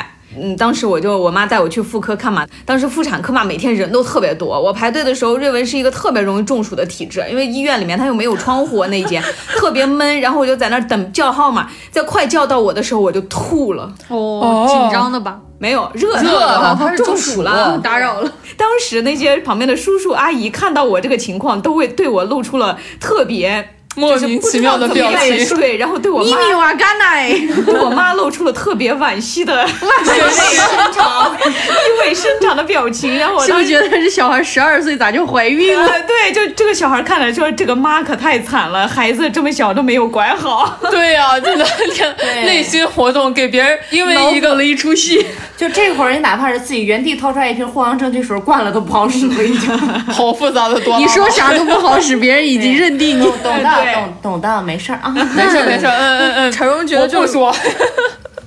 Speaker 2: 嗯，当时我就我妈带我去妇科看嘛，当时妇产科嘛每天人都特别多。我排队的时候，瑞文是一个特别容易中暑的体质，因为医院里面他又没有窗户那一间， 特别闷。然后我就在那儿等叫号嘛，在快叫到我的时候我就吐了，
Speaker 4: 哦，紧张的吧？啊
Speaker 2: 没有热热
Speaker 8: 了他是
Speaker 2: 中
Speaker 8: 中
Speaker 2: 暑
Speaker 8: 暑
Speaker 2: 了
Speaker 8: 了，
Speaker 4: 打扰了，
Speaker 2: 当时那些旁边的叔叔阿姨看到我这个情况，都会对我露出了特别
Speaker 8: 莫名其妙的
Speaker 2: 就是不知道
Speaker 8: 表
Speaker 2: 怎么样
Speaker 8: 情，
Speaker 2: 对，然后对我
Speaker 4: 一
Speaker 2: 妈，
Speaker 4: 米瓦甘奶，
Speaker 2: 对我妈露出了特别惋惜的意味深长、意味深长的表情，然后我
Speaker 4: 是不
Speaker 2: 当
Speaker 4: 是
Speaker 2: 时。
Speaker 4: 觉得这小孩十二岁咋就怀孕 了？
Speaker 2: 啊，对，就这个小孩看了说，这个妈可太惨了，孩子这么小都没有管好。
Speaker 8: 对呀、真 的内心活动给别人因为一个了一出戏，
Speaker 7: 就这会儿，你哪怕是自己原地掏出来一瓶藿香正气水灌了，都不好使了， 已经。
Speaker 8: 好复杂的多。
Speaker 4: 你说啥都不好使，别人已经认定你。
Speaker 7: 懂
Speaker 2: 对
Speaker 7: 的，懂懂的，没事儿啊。
Speaker 8: 没事没事，嗯嗯嗯，
Speaker 5: 柴荣觉得
Speaker 8: 就
Speaker 5: 就是
Speaker 8: 说，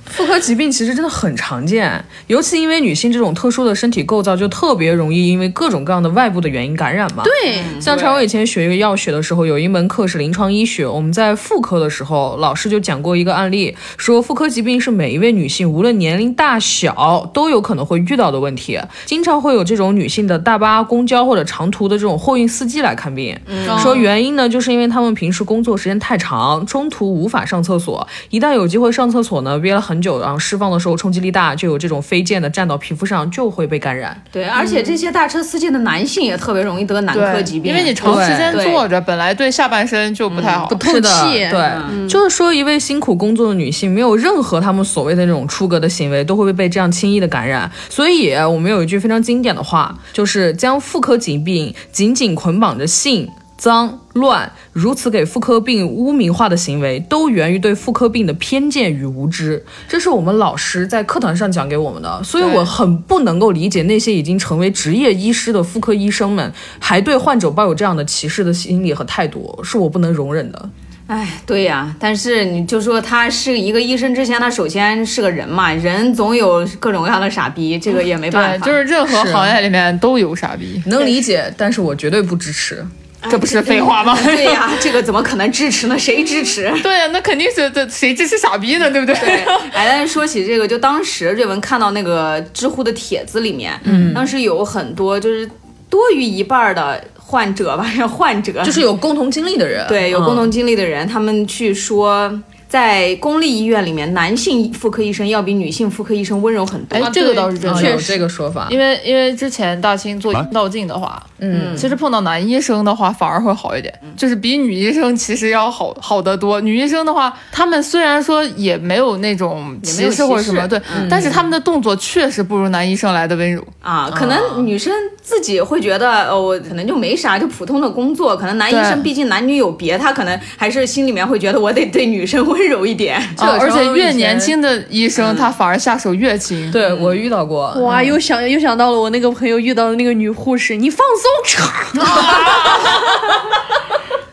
Speaker 5: 妇科疾病其实真的很常见，尤其因为女性这种特殊的身体构造，就特别容易因为各种各样的外部的原因感染嘛。对
Speaker 4: 对，
Speaker 5: 像常荣以前学药学的时候，有一门课是临床医学。我们在妇科的时候，老师就讲过一个案例，说妇科疾病是每一位女性无论年龄大小都有可能会遇到的问题。经常会有这种女性的大巴、公交或者长途的这种货运司机来看病，说原因呢，就是因为他们平时工作时间太长，中途无法上厕所，一旦有机会上厕所呢，憋了很久，然后释放的时候冲击力大，就有这种飞溅的站到皮肤上，就会被感染。
Speaker 2: 对，而且这些大车司机的男性也特别容易得男科疾病，
Speaker 8: 因为你长时间
Speaker 2: 对嗯
Speaker 8: 坐着，本来对下半身就不太好。
Speaker 4: 透
Speaker 5: 是的
Speaker 4: 气
Speaker 5: 对，嗯就是说一位辛苦工作的女性，没有任何她们所谓的那种出格的行为，都会被这样轻易的感染。所以呃我们有一句非常经典的话，就是将妇科疾病紧紧捆绑着性。脏乱如此给妇科病污名化的行为，都源于对妇科病的偏见与无知。这是我们老师在课堂上讲给我们的，所以我很不能够理解那些已经成为职业医师的妇科医生们，还对患者抱有这样的歧视的心理和态度，是我不能容忍的。
Speaker 2: 哎，对呀、但是你就说他是一个医生之前，他首先是个人嘛，人总有各种各样的傻逼，这个也没办
Speaker 8: 对，
Speaker 2: 法。
Speaker 8: 就是任何行业里面都有傻逼，
Speaker 5: 能理解，但是我绝对不支持。
Speaker 8: 这不是废话 吗？
Speaker 2: 对呀、这个怎么可能支持呢？谁支持？
Speaker 8: 对啊呀、那肯定是这谁支持傻逼呢？对不对？
Speaker 2: 哎，但是说起这个，就当时瑞文看到那个知乎的帖子里面，嗯，当时有很多就是多于一半儿的患者吧， 患者
Speaker 5: 就是有共同经历的人，
Speaker 2: 对有
Speaker 5: 嗯
Speaker 2: 共同经历的人，他们去说。在公立医院里面，男性妇科医生要比女性妇科医生温柔很多。
Speaker 8: 哎，这个倒是真
Speaker 5: 嗯
Speaker 8: 的。
Speaker 5: 有这个说法，
Speaker 8: 因为因为之前大清做阴道镜的话，嗯，其实碰到男医生的话反而会好一点，就是比女医生其实要好好得多。女医生的话，他们虽然说也没有那种
Speaker 2: 没有歧视
Speaker 8: 歧
Speaker 2: 嗯
Speaker 8: 视或者什么，对，但是他们的动作确实不如男医生来的温柔。
Speaker 2: 啊，可
Speaker 8: 哦
Speaker 2: 能女生自己会觉得，哦，我可能就没啥，就普通的工作。可能男医
Speaker 8: 对
Speaker 2: 生毕竟男女有别，他可能还是心里面会觉得我得对女生温柔一 点。
Speaker 5: 这个
Speaker 8: 啊而且
Speaker 5: 稍微以
Speaker 8: 越
Speaker 5: 前嗯
Speaker 8: 年轻的医生，他反而下手越轻。
Speaker 5: 对我遇到过，
Speaker 4: 哇，
Speaker 8: 嗯
Speaker 4: 又想又想到了我
Speaker 8: 嗯
Speaker 4: 那个朋友遇到的那个女护士，你放松，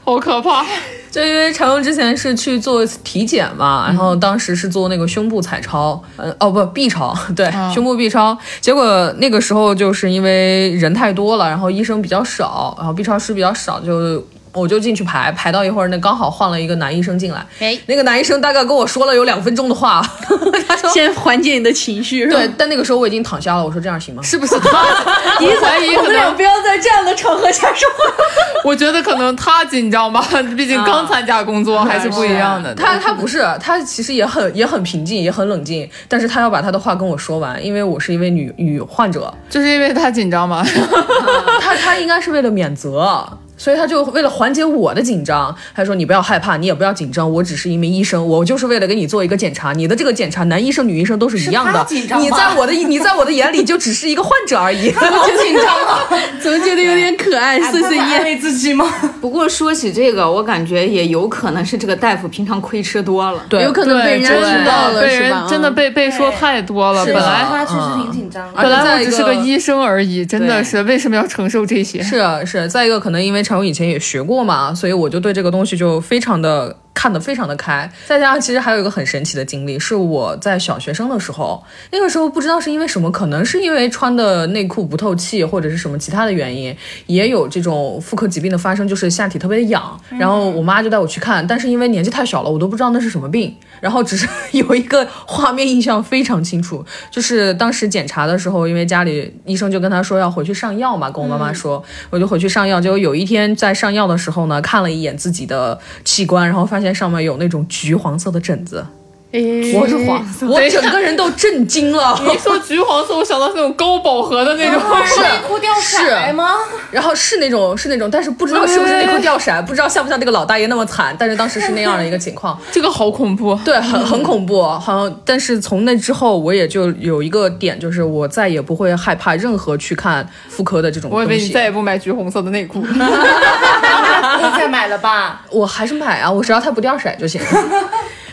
Speaker 8: 好可怕！
Speaker 5: 就因为常用之前是去做体检嘛，然后当时是做那个胸部彩超，呃，哦不，B 超， 对，胸部 B 超。结果那个时候就是因为人太多了，然后医生比较少，然后 B 超师比较少，就我就进去排，排到一会儿，那刚好换了一个男医生进来，
Speaker 4: 哎
Speaker 5: 那个男医生大概跟我说了有两分钟的话， 他说。
Speaker 4: 先缓解你的情绪，是吧？
Speaker 5: 对，但那个时候我已经躺下了。我说这样行吗？
Speaker 8: 是不 是他？你 怀疑可能？
Speaker 4: 不要在这样的场合下说话。
Speaker 8: 我觉得可能他紧张吧， 毕竟刚参加工作还是不一样的。
Speaker 5: 他他不嗯是，他其实也很也很平静，也很冷静，但是他要把他的话跟我说完，因为我是一位女女患者，
Speaker 8: 就是因为他紧张嘛。
Speaker 5: 他他应该是为了免责，所以他就为了缓解我的紧张，他说你不要害怕，你也不要紧张，我只是一名医生，我就是为了给你做一个检查，你的这个检查，男医生、女医生都是一样的，你在我的你在我的眼里就只是一个患者而已。
Speaker 4: 怎么觉得有点可爱？
Speaker 8: 哎
Speaker 4: 碎碎念，
Speaker 7: 啊慰自己吗？
Speaker 2: 不过说起这个，我感觉也有可能是这个大夫平常亏吃多了。
Speaker 5: 对
Speaker 4: 有可能被人家
Speaker 8: 对
Speaker 4: 听到了，
Speaker 8: 被
Speaker 4: 是吧
Speaker 8: 人？真的被
Speaker 5: 嗯
Speaker 8: 被说太多了。本来
Speaker 7: 他确实挺紧张的。
Speaker 8: 本来
Speaker 5: 再
Speaker 8: 我
Speaker 5: 一
Speaker 8: 只
Speaker 5: 个
Speaker 8: 是个医生而已，真的
Speaker 5: 对
Speaker 8: 是为什么要承受这些？
Speaker 5: 是啊是啊，再一个可能因为常勇以前也学过嘛，所以我就对这个东西就非常的看得非常的开。再加上其实还有一个很神奇的经历，是我在小学生的时候，那个时候不知道是因为什么，可能是因为穿的内裤不透气或者是什么其他的原因，也有这种妇科疾病的发生，就是下体特别的痒。然后我妈就带我去看，但是因为年纪太小了，我都不知道那是什么病。然后只是 有一个画面印象非常清楚，就是当时检查的时候，因为家里医生就跟她说要回去上药嘛，跟我妈
Speaker 4: 嗯
Speaker 5: 妈说，我就回去上药。结果有一天在上药的时候呢，看了一眼自己的器官，然后发现上面有那种橘黄色的疹子，
Speaker 6: 嗯哎
Speaker 4: 我是黄色，
Speaker 5: 我整个人都震惊了。
Speaker 8: 一说橘黄色，我想到那种高饱和的 那种。
Speaker 7: 内裤掉色来吗？
Speaker 5: 然后是那种是那种，但是不知道是不是内裤掉色，不知道像不像这个老大爷那么惨，但是当时是那样的一个情况。
Speaker 8: 这个好恐怖。
Speaker 5: 对，很很恐怖，好像。但是从那之后，我也就有一个点，就是我再也不会害怕任何去看妇科的这种
Speaker 8: 我以
Speaker 5: 东
Speaker 8: 为你
Speaker 5: 西
Speaker 8: 再。也不买橘红色的内裤。
Speaker 7: 现在买了吧？
Speaker 5: 我还是买啊，我只要它不掉色就 行。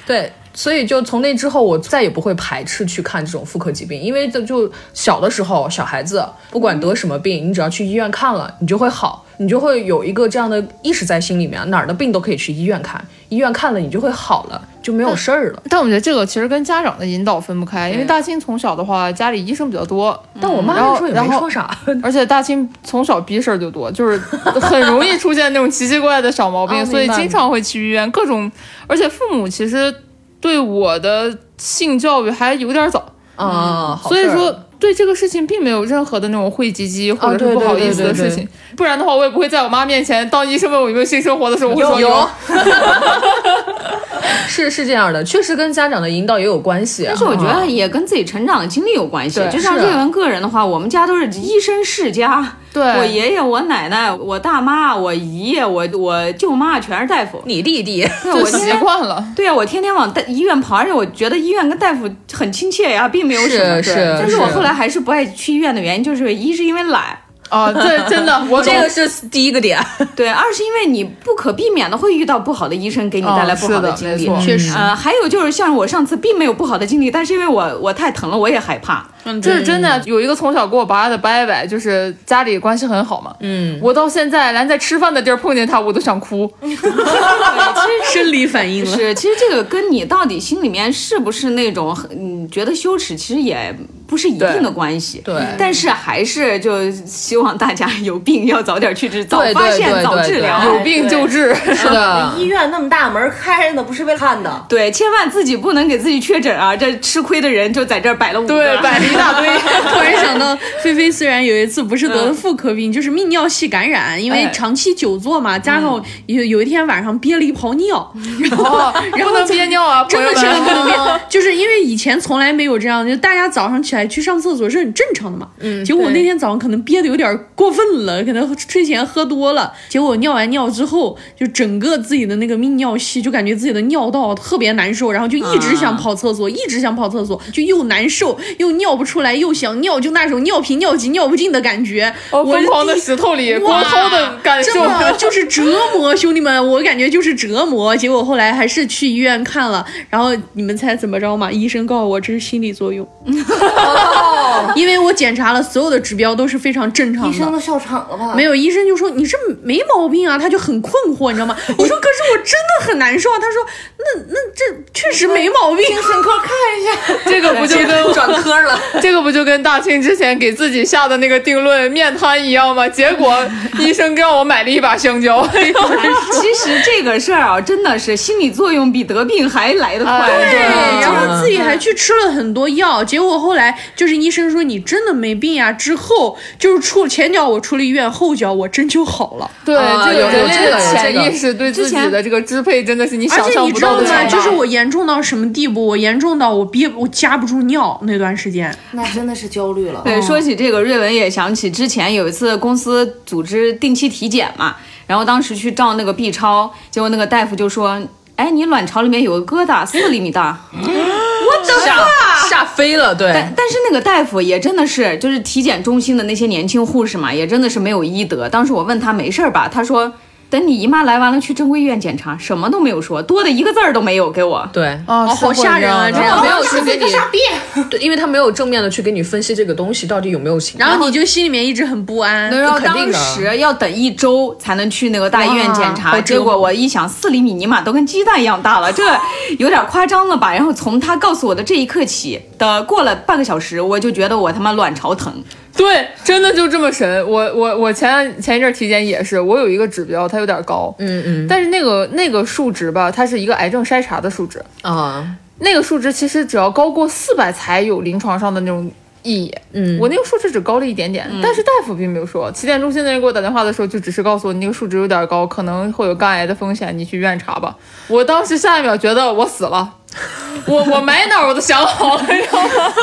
Speaker 5: 对。所以就从那之后，我再也不会排斥去看这种妇科疾病，因为就就小的时候，小孩子不管得什么病，你只要去医院看了，你就会好，你就会有一个这样的意识在心里面，哪儿的病都可以去医院看，医院看了你就会好了，就没有事儿了。
Speaker 8: 但我觉得这个其实跟家长的引导分不开，因为大清从小的话，家里医生比较多，
Speaker 5: 但我妈
Speaker 8: 然后
Speaker 5: 那时候也
Speaker 8: 然
Speaker 5: 没
Speaker 8: 后
Speaker 5: 说啥，
Speaker 8: 而且大清从小逼事儿就多，就是很容易出现那种奇奇怪怪的小毛病，所以经常会去医院各种。而且父母其实对我的性教育还有点早，
Speaker 5: 啊、好
Speaker 8: 所以
Speaker 5: 事儿
Speaker 8: 说哦对哦这个事情并没有任何的那种讳疾忌或者
Speaker 5: 对
Speaker 8: 是不
Speaker 5: 对
Speaker 8: 好
Speaker 5: 对
Speaker 8: 意思
Speaker 5: 对
Speaker 8: 的
Speaker 5: 对
Speaker 8: 事情。不然的话，我也不会在我妈面前，当医生问我有没有性生活的时候，我会说
Speaker 5: 有， 是是这样的，确实跟家长的引导也有关系、啊。
Speaker 2: 但是我觉得也跟自己成长的经历有关系。
Speaker 8: 嗯对
Speaker 2: 就像
Speaker 5: 是
Speaker 2: 这个人个人的话，我们家都是医生世家，
Speaker 8: 对
Speaker 2: 我爷爷、我奶奶、我大妈、我姨爷、我我舅妈全是大夫。
Speaker 5: 你弟弟，
Speaker 2: 对，
Speaker 8: 就
Speaker 2: 我天
Speaker 8: 习
Speaker 2: 天
Speaker 8: 惯 了。
Speaker 2: 对啊，我天天往大医院跑，而且我觉得医院跟大夫很亲切呀，并没有什么。对
Speaker 5: 是是
Speaker 2: 但是我
Speaker 5: 是
Speaker 2: 后来还是不爱去医院的原因，就是一是因为 懒，
Speaker 8: 啊，对，真的， 我懂
Speaker 5: 这个是第一个点。
Speaker 2: 对，二是因为你不可避免的会遇到不好的医生，给你带来不好
Speaker 8: 哦是的
Speaker 2: 经历
Speaker 8: 没。错
Speaker 2: 确实，呃，还有就是像我上次并没有不好的经历，但是因为我我太疼了，我也害怕。
Speaker 5: 嗯
Speaker 8: 这是真的。有一个从小跟我爸的伯伯，就是家里关系很好嘛，嗯，我到现在连在吃饭的地儿碰见他，我都想哭。
Speaker 6: 嗯生理反应了。
Speaker 2: 是，其实这个跟你到底心里面是不是那种很嗯觉得羞耻，其实也不是一定的关系。
Speaker 5: 对
Speaker 2: 但是还是就希望大家有病要早点去治，早
Speaker 5: 对
Speaker 2: 发
Speaker 5: 对
Speaker 2: 现
Speaker 5: 对
Speaker 2: 早
Speaker 5: 对
Speaker 2: 治
Speaker 5: 对
Speaker 2: 疗。哎
Speaker 8: 有病就治，
Speaker 5: 是的，
Speaker 1: 嗯
Speaker 7: 医院那么大门开着呢，不是为了看的。
Speaker 2: 对，千万自己不能给自己确诊啊！这吃亏的人就在这儿摆了五个。
Speaker 8: 对，摆了一大堆。
Speaker 6: 突然想到，菲菲虽然有一次不是得了妇科病，就是泌尿系感染，因
Speaker 8: 嗯
Speaker 6: 为
Speaker 2: 哎
Speaker 6: 长期久坐嘛，加上有有一天晚上憋了一泡尿，然后
Speaker 8: 哦，不能憋尿啊，
Speaker 6: 真的
Speaker 8: 朋
Speaker 6: 真
Speaker 8: 友
Speaker 6: 的
Speaker 8: 们
Speaker 6: 不能 憋，就是因为以前从来没有这样，就大家早上起来去上厕所是很正常的嘛。嗯，结果我那天早上可能憋得有点过分了，可能睡前喝多了，结果尿完尿之后，就整个自己的那个泌尿系就感觉自己的尿道特别难受，然后就一直想跑厕
Speaker 8: 啊
Speaker 6: 所，一直想跑厕所，就又难受又尿不出来，又想尿，就那种尿频尿急尿不尽的感觉。
Speaker 8: 哦，
Speaker 6: 我
Speaker 8: 疯狂的
Speaker 6: 第
Speaker 8: 石头里，
Speaker 6: 哇
Speaker 8: 光涛的 感受
Speaker 6: 真。的就是折磨，兄弟们，我感觉就是折磨。结果后来还是去医院看了，然后你们猜怎么着嘛？医生告诉我这是心理作用， 因为我检查了所有的指标都是非常正常
Speaker 1: 哦医生
Speaker 6: 的。
Speaker 1: 都笑场了吧？
Speaker 6: 没有，医生就说你这没毛病啊，他就很困惑，你知道吗？我说可是我真的很难受啊。他说那那这确实没毛病，
Speaker 1: 精神科看一下。
Speaker 8: 这个不 就跟转科了？这个不就跟大庆之前给自己下的那个定论面瘫一样吗？结果医生让我买了一把香蕉。
Speaker 2: 其实这个事儿啊，真的是心理作用比得病还来得快。
Speaker 8: 哎
Speaker 6: 对，
Speaker 8: 嗯
Speaker 6: 然后自己还去吃了很多药，结果后来就是医生说你真的没病啊，之后就是出前脚我出了医院，后脚我真就好了。
Speaker 8: 对，
Speaker 2: 啊
Speaker 8: 这
Speaker 2: 有
Speaker 8: 个
Speaker 2: 有
Speaker 8: 人
Speaker 2: 这
Speaker 8: 类
Speaker 2: 个
Speaker 8: 的
Speaker 2: 有这
Speaker 8: 潜
Speaker 2: 个
Speaker 8: 意识对自
Speaker 2: 之前
Speaker 8: 己的这个支配，真的是你
Speaker 6: 而
Speaker 8: 想
Speaker 6: 且
Speaker 8: 象
Speaker 6: 你
Speaker 8: 不
Speaker 6: 知
Speaker 8: 到
Speaker 6: 道
Speaker 8: 的啊
Speaker 6: 吗？
Speaker 8: 强
Speaker 6: 就是
Speaker 8: 大。
Speaker 6: 我严重到什么地步？我严重到我憋，我夹不住尿那段时间。
Speaker 1: 那真的是焦虑了。
Speaker 8: 哦
Speaker 2: 对，说起这个，瑞文也想起之前有一次公司组织定期体检嘛，然后当时去照那个 B 超，结果那个大夫就说：“哎，你卵巢里面有个疙瘩，四厘米大。”
Speaker 5: 吓吓飞了，对
Speaker 2: 但。但是那个大夫也真的是，就是体检中心的那些年轻护士嘛，也真的是没有医德。当时我问他没事儿吧，他说等你姨妈来完了去正规医院检查，什么都没有说，多的一个字儿都没有给 我。
Speaker 5: 对，
Speaker 8: 啊，
Speaker 6: 哦好吓人啊
Speaker 8: 这
Speaker 6: 这样
Speaker 5: 他没有去给
Speaker 1: 个傻
Speaker 5: 你，
Speaker 1: 逼！
Speaker 5: 对，因为他没有正面的去给你分析这个东西到底有没有情况。
Speaker 6: 然后你就心里面一直很不安。
Speaker 2: 然后
Speaker 5: 肯定
Speaker 2: 当
Speaker 5: 的
Speaker 2: 时要等一周才能去那个大医院检查，结果我一想，四厘米尼玛都跟鸡蛋一样大了，这有点夸张了吧？然后从他告诉我的这一刻起的过了半个小时，我就觉得我他妈卵巢疼，
Speaker 8: 对，真的就这么神。我我我前前一阵儿体检也是，我有一个指标，它有点高，嗯嗯，但是那个那个数值吧，它是一个癌症筛查的数值，
Speaker 5: 啊，
Speaker 8: 那个数值其实只要高过四百才有临床上的那种意义。嗯，我那个数值只高了一点点，但是大夫并没有说。起点中心的人给我打电话的时候，就只是告诉我你那个数值有点高，可能会有肝癌的风险，你去医院查吧。我当时下一秒觉得我死了。我我埋哪儿我都想好了，你知道吗？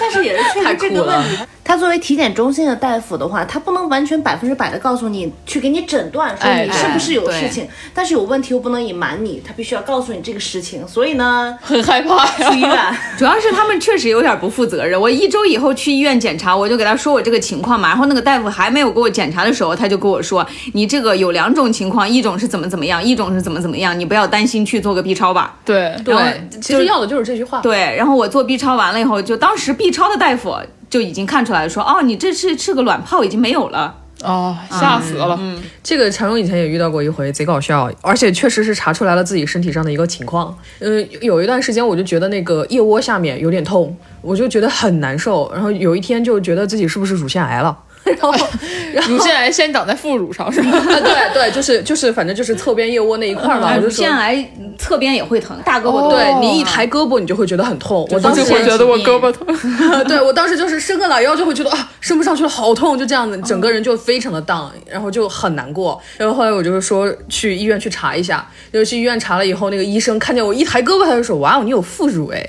Speaker 1: 但是也是确实这个问题。他作为体检中心的大夫的话，他不能完全百分之百的告诉你去给你诊断说
Speaker 8: 哎
Speaker 1: 你是不是有事情，但是有问题又不能隐瞒你，他必须要告诉你这个实情。所以呢，
Speaker 8: 很害怕呀。
Speaker 1: 去医院。
Speaker 2: 主要是他们确实有点不负责任。我一周以后去医院检查，我就给他说我这个情况嘛，然后那个大夫还没有给我检查的时候，他就跟我说，你这个有两种情况，一种是怎么怎么样，一种是怎么怎么样，你不要担心，去做个 B 超吧。
Speaker 8: 对，
Speaker 5: 对，其实要的就是这句话。
Speaker 2: 对，然后我做 B 超完了以后，就当时 B 超的大夫就已经看出来说，哦，你这是是个卵泡已经没有了。
Speaker 8: 哦，吓死了。
Speaker 5: 这个常荣以前也遇到过一回，贼搞笑，而且确实是查出来了自己身体上的一个情况。呃，有一段时间我就觉得那个腋窝下面有点痛，我就觉得很难受，然后有一天就觉得自己是不是乳腺癌了。 然后， 然后
Speaker 8: 乳腺癌先长在副乳 上是吧？
Speaker 5: 啊，对 对，就是就是，反正就是侧边腋窝那一块儿嘛，我就
Speaker 2: 乳
Speaker 5: 说
Speaker 2: 腺癌侧边也会疼，大胳
Speaker 8: 哦
Speaker 2: 膊
Speaker 5: 对你一抬胳膊，你就会觉得很痛。我当时
Speaker 8: 就会觉得我胳膊疼。
Speaker 5: 对我当时就是伸个懒腰就会觉得啊伸不上去了，好痛，就这样子，整个人就非常的 down，然后就很难过。然后后来我就是说去医院去查一下，就是去医院查了以后，那个医生看见我一抬胳膊，他就说哇哦，你有副乳哎。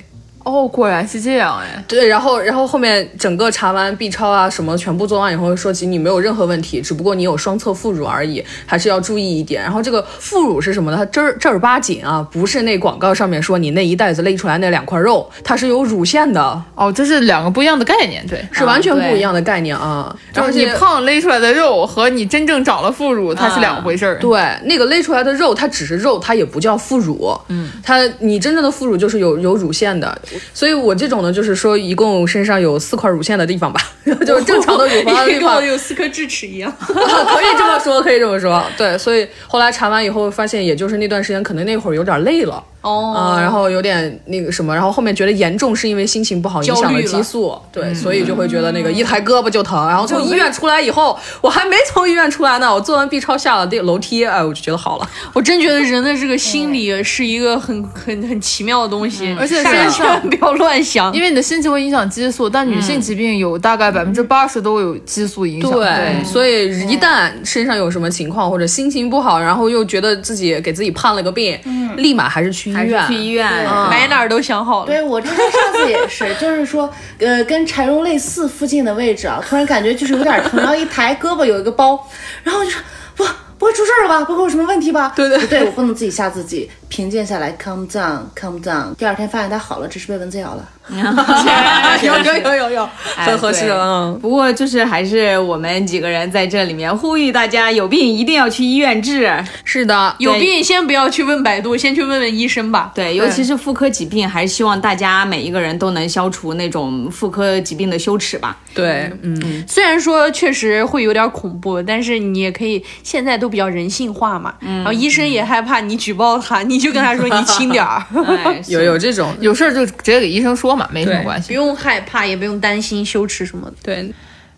Speaker 8: 哦，果然是这样哎。
Speaker 5: 对，然后然后后面整个查完 B 超啊什么全部做完以后，说起你没有任何问题，只不过你有双侧副乳而已，还是要注意一点。然后这个副乳是什么呢？它正儿正儿八经啊，不是那广告上面说你那一袋子勒出来那两块肉，它是有乳腺的，
Speaker 8: 哦，这是两个不一样的概念，对。
Speaker 5: 是完全不一样的概念啊。
Speaker 8: 就是
Speaker 5: 而
Speaker 8: 你
Speaker 5: 且啊
Speaker 8: 胖勒出来的肉和你真正长了副乳，它是两回事儿。
Speaker 5: 对，那个勒出来的肉，它只是肉，它也不叫副乳。嗯，它你真正的副乳就是有有乳腺的，所以我这种呢，就是说一共身上有四块乳腺的地方吧， 就是正常的乳房的地
Speaker 6: 跟
Speaker 5: 方
Speaker 6: 我，有四颗智齿一样。
Speaker 5: 可以这么说，可以这么说。对，所以后来查完以后，发现也就是那段时间，可能那会儿有点累了。
Speaker 2: 哦
Speaker 5: 啊、然后有点那个什么，然后后面觉得严重是因为心情不好影响
Speaker 6: 焦虑了
Speaker 5: 激素，对，所以就会觉得那个一抬胳膊就疼。然后从医院出来以后，我还没从医院出来呢，我做完 B 超下了这个楼梯，哎，我就觉得好了。
Speaker 6: 我真觉得人的这个心理是一个很很很奇妙的东西，
Speaker 8: 而且
Speaker 5: 啊
Speaker 6: 大家
Speaker 8: 是
Speaker 6: 千万不要乱想。
Speaker 8: 因为你的心情会影响激素，
Speaker 5: 嗯
Speaker 8: 但女性疾病有大概百分之八十都有激素影响。
Speaker 5: 对，所以一旦身上有什么情况或者心情不好，然后又觉得自己给自己判了个病，立马还是去医院。
Speaker 2: 去医院，
Speaker 5: 嗯
Speaker 6: 买哪儿都想好了，
Speaker 1: 对我之前上次也是，就是说，呃，跟柴荣类似附近的位置啊，突然感觉就是有点疼，然后一抬胳膊有一个包，然后我就说不不会出事儿了吧，不会有什么问题吧？对对对，我不能自己吓自己，平静下来，calm down，calm down。第二天发现它好了，只是被蚊子咬了。
Speaker 2: 有 有有有有，
Speaker 5: 很合适的嗯
Speaker 2: 哎不过就是还是我们几个人在这里面呼吁大家，有病一定要去医院治。
Speaker 5: 是的，
Speaker 6: 有病先不要去问百度，先去问问医生吧。
Speaker 2: 对，尤其是妇科疾病，还是希望大家每一个人都能消除那种妇科疾病的羞耻吧。
Speaker 5: 对，嗯，
Speaker 6: 虽然说确实会有点恐怖，但是你也可以现在都比较人性化嘛。然后医生也害怕你举报他，你就跟他说你轻点 儿，
Speaker 2: 哎，
Speaker 5: 有有这种，
Speaker 8: 有事儿就直接给医生说嘛，没什么
Speaker 5: 对
Speaker 8: 关
Speaker 6: 不
Speaker 8: 系。
Speaker 6: 用害怕，也不用担心羞耻什么的。
Speaker 5: 对，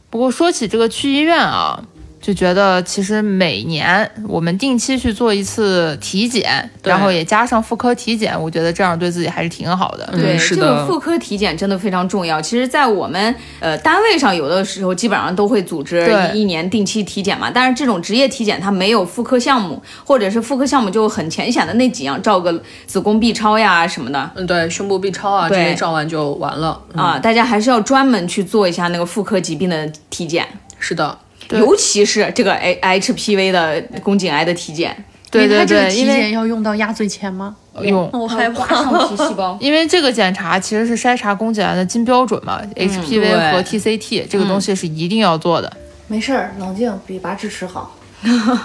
Speaker 8: 不过说起这个去医院啊，就觉得其实每年我们定期去做一次体检，
Speaker 5: 对
Speaker 8: 然后也加上妇科体检，我觉得这样对自己还是挺好的。
Speaker 2: 对，
Speaker 5: 嗯是
Speaker 2: 这
Speaker 5: 的
Speaker 2: 个妇科体检真的非常重要。其实，在我们呃单位上，有的时候基本上都会组织
Speaker 8: 对
Speaker 2: 一年定期体检嘛。但是这种职业体检它没有妇科项目，或者是妇科项目就很浅显的那几样，照个子宫 B 超呀什么的。
Speaker 5: 嗯，对，胸部 B 超啊，这
Speaker 2: 对
Speaker 5: 些照完就完了。嗯，
Speaker 2: 啊，大家还是要专门去做一下那个妇科疾病的体检，
Speaker 5: 是的，
Speaker 2: 尤其是这个 H HPV 的宫颈癌的体检，
Speaker 8: 对对
Speaker 6: 他这个
Speaker 8: 对，
Speaker 6: 体
Speaker 8: 因为哦
Speaker 6: 检要用到鸭嘴钳吗？
Speaker 8: 用
Speaker 6: 我害怕。
Speaker 2: 上皮细胞。
Speaker 8: 因为这个检查其实是筛查宫颈癌的金标准嘛、h p v
Speaker 5: 对
Speaker 8: 和 TCT 这个东西是一定要做的。
Speaker 1: 没事儿，冷静，比拔智齿好。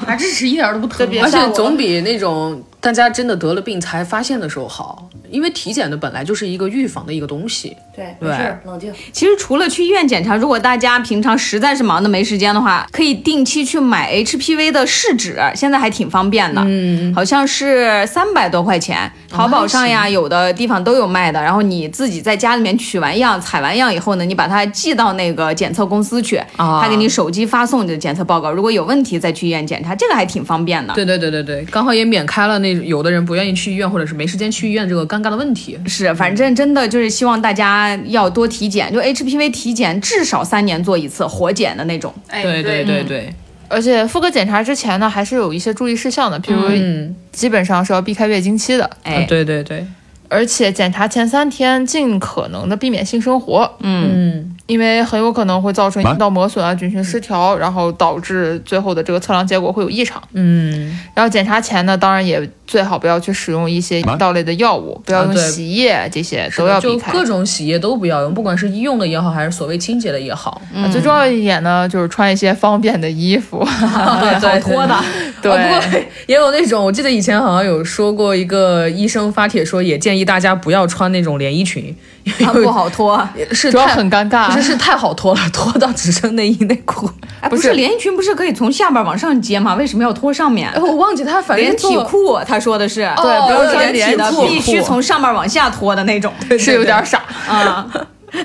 Speaker 6: 拔智齿一点都不疼，
Speaker 5: 而且总比那种大家真的得了病才发现的时候好，因为体检的本来就是一个预防的一个东西。
Speaker 1: 对，
Speaker 5: 对
Speaker 1: 没事儿，冷静。
Speaker 2: 其实除了去医院检查，如果大家平常实在是忙的没时间的话，可以定期去买 HPV 的试纸，现在还挺方便的，嗯，好像是三百多块钱，淘宝上呀、有的地方都有卖的。然后你自己在家里面取完样、采完样以后呢，你把它寄到那个检测公司去，
Speaker 5: 啊
Speaker 2: 他给你手机发送你的检测报告，如果有问题再去医院检查，这个还挺方便的。
Speaker 5: 对对对对对，刚好也免开了那有的人不愿意去医院或者是没时间去医院这个尴尬的问题。
Speaker 2: 是，反正真的就是希望大家要多体检，就 HPV 体检至少三年做一次活检的那种。
Speaker 6: 哎
Speaker 5: 对对对对，
Speaker 8: 而且妇科检查之前呢，还是有一些注意事项的，譬如
Speaker 5: 嗯，
Speaker 8: 基本上是要避开月经期的，
Speaker 2: 哎，
Speaker 5: 对对对，
Speaker 8: 而且检查前三天尽可能的避免性生活，
Speaker 5: 嗯，
Speaker 8: 因为很有可能会造成阴道磨损啊、菌群失调，然后导致最后的这个测量结果会有异常。
Speaker 5: 嗯，
Speaker 8: 然后检查前呢，当然也最好不要去使用一些阴道类的药物，不要用
Speaker 5: 对
Speaker 8: 洗液，这些都要避
Speaker 5: 就
Speaker 8: 开。
Speaker 5: 各种洗液都不要用，不管是医用的也好，还是所谓清洁的也好，
Speaker 8: 啊最重要一点呢，就是穿一些方便的衣服。啊
Speaker 5: 对
Speaker 2: 好脱的。
Speaker 8: 对，
Speaker 5: 哦不过 也有那种，我记得以前好像有说过，一个医生发帖说，也建议大家不要穿那种连衣裙，
Speaker 2: 它啊不 好脱，
Speaker 5: 是
Speaker 8: 主要
Speaker 5: 太
Speaker 8: 很尴
Speaker 5: 不
Speaker 8: 尬
Speaker 5: 是。是太好脱了，脱到只剩内衣内裤。
Speaker 2: 哎，不
Speaker 8: 是
Speaker 2: 是连衣裙不是可以从下边往上接吗？为什么要脱上面？
Speaker 5: 哎，我忘记他反
Speaker 2: 连
Speaker 5: 正
Speaker 2: 体
Speaker 5: 做，
Speaker 2: 裤，他说的是，
Speaker 8: 对不要穿
Speaker 2: 连体的
Speaker 8: 连体裤
Speaker 2: 必须从上面往下脱的那种
Speaker 8: 是有点傻，
Speaker 2: 啊。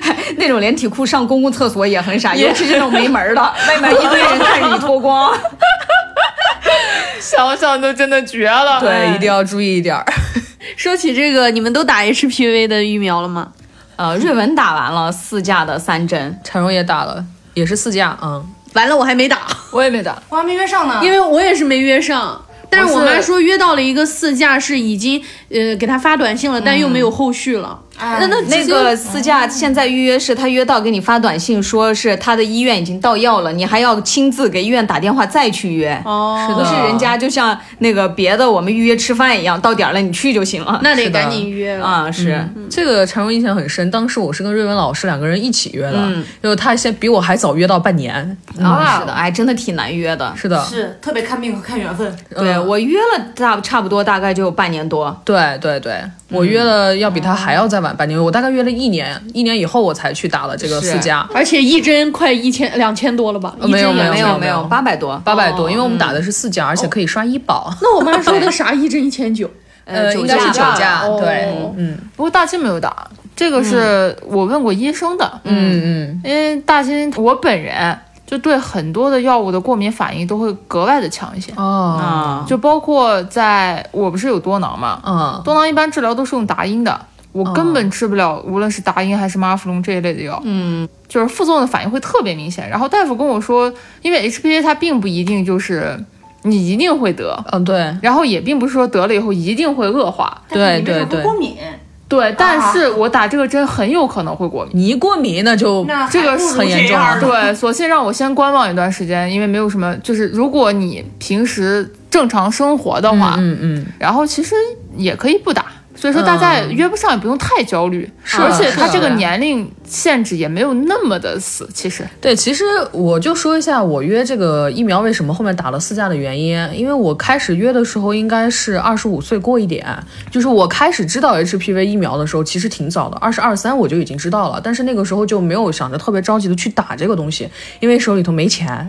Speaker 2: 那种连体裤上公共厕所也很傻，尤其是那种没门儿的，外面一堆人看着你脱光。
Speaker 8: 想想都真的绝了。
Speaker 2: 哎
Speaker 5: 对，一定要注意一点儿。
Speaker 6: 说起这个，你们都打 HPV 的疫苗了吗？
Speaker 2: 呃，瑞文打完了四价的三针，
Speaker 5: 产荣也打了，也是四价啊、
Speaker 6: 完了，我还没打，
Speaker 8: 我也没打，
Speaker 1: 我还没约上呢，
Speaker 6: 因为我也是没约上。但是我妈说约到了一个四价，是已经呃给她发短信了，但又没有后续了。
Speaker 1: 哎
Speaker 6: 那那
Speaker 2: 嗯那个四价
Speaker 5: 哦
Speaker 2: 现在预约是他约到给你发短信说是他的医院已经到药了，你还要亲自给医院打电话再去约。
Speaker 6: 哦，
Speaker 5: 是的，
Speaker 2: 不是人家就像那个别的我们预约吃饭一样，到点儿了你去就行了。
Speaker 6: 那得
Speaker 5: 是的
Speaker 6: 赶紧约了。
Speaker 5: 嗯
Speaker 2: 啊是，
Speaker 5: 这个缠荣印象很深，当时我是跟瑞文老师两个人一起约的，就是他先比我还早约到半年。嗯哦
Speaker 2: 啊是的，哎真的挺难约的。
Speaker 5: 是的，
Speaker 1: 是特别看命和看缘分。
Speaker 5: 嗯
Speaker 2: 对我约了大差不多大概就有半年多，
Speaker 5: 对对对，我约了要比他还要再晚半年，我大概约了一年，一年以后我才去打了这个
Speaker 2: 是
Speaker 5: 四价。
Speaker 6: 而且一针快一千两千多了吧？一针
Speaker 5: 没有
Speaker 6: 也
Speaker 5: 没有
Speaker 2: 没
Speaker 5: 没有
Speaker 2: 没
Speaker 5: 没
Speaker 2: 有
Speaker 5: 有
Speaker 2: 八百多，
Speaker 5: 八百多，因为我们打的是四价，而且可以刷医保。
Speaker 6: 那我妈说的啥？一针一千九。
Speaker 5: 呃，应该是酒
Speaker 2: 吧
Speaker 5: 驾，
Speaker 6: 哦
Speaker 5: 对，嗯
Speaker 8: 不过大金没有打，这个是我问过医生的。嗯，
Speaker 5: 嗯
Speaker 8: 因为大金我本人就对很多的药物的过敏反应都会格外的强一些，
Speaker 5: 嗯，哦，
Speaker 2: 啊，
Speaker 8: 就包括在我不是有多囊嘛，
Speaker 5: 嗯，
Speaker 8: 多囊一般治疗都是用达因的，我根本吃不了，无论是达因还是妈芙蓉这一类的药，哦嗯，就是副作用的反应会特别明显。然后大夫跟我说，因为 HPV 它并不一定就是你一定会得，
Speaker 5: 嗯，对，
Speaker 8: 然后也并不是说得了以后一定会恶化，
Speaker 5: 对对对，
Speaker 1: 过敏，
Speaker 8: 对，啊但是我打这个针很有可能会过敏。
Speaker 5: 你一过敏那就
Speaker 1: 那
Speaker 8: 这个
Speaker 5: 很严重啊
Speaker 8: 对，索性让我先观望一段时间，因为没有什么，就是如果你平时正常生活的话，
Speaker 5: 嗯嗯，
Speaker 8: 然后其实也可以不打。所以说大家也约不上，也不用太焦虑，
Speaker 5: 的
Speaker 8: 而且他
Speaker 5: 是的
Speaker 8: 这个年龄限制也没有那么的死，其实
Speaker 5: 对，其实我就说一下我约这个疫苗为什么后面打了四价的原因，因为我开始约的时候应该是二十五岁过一点，就是我开始知道 HPV 疫苗的时候其实挺早的，二十二三我就已经知道了，但是那个时候就没有想着特别着急的去打这个东西，因为手里头没钱。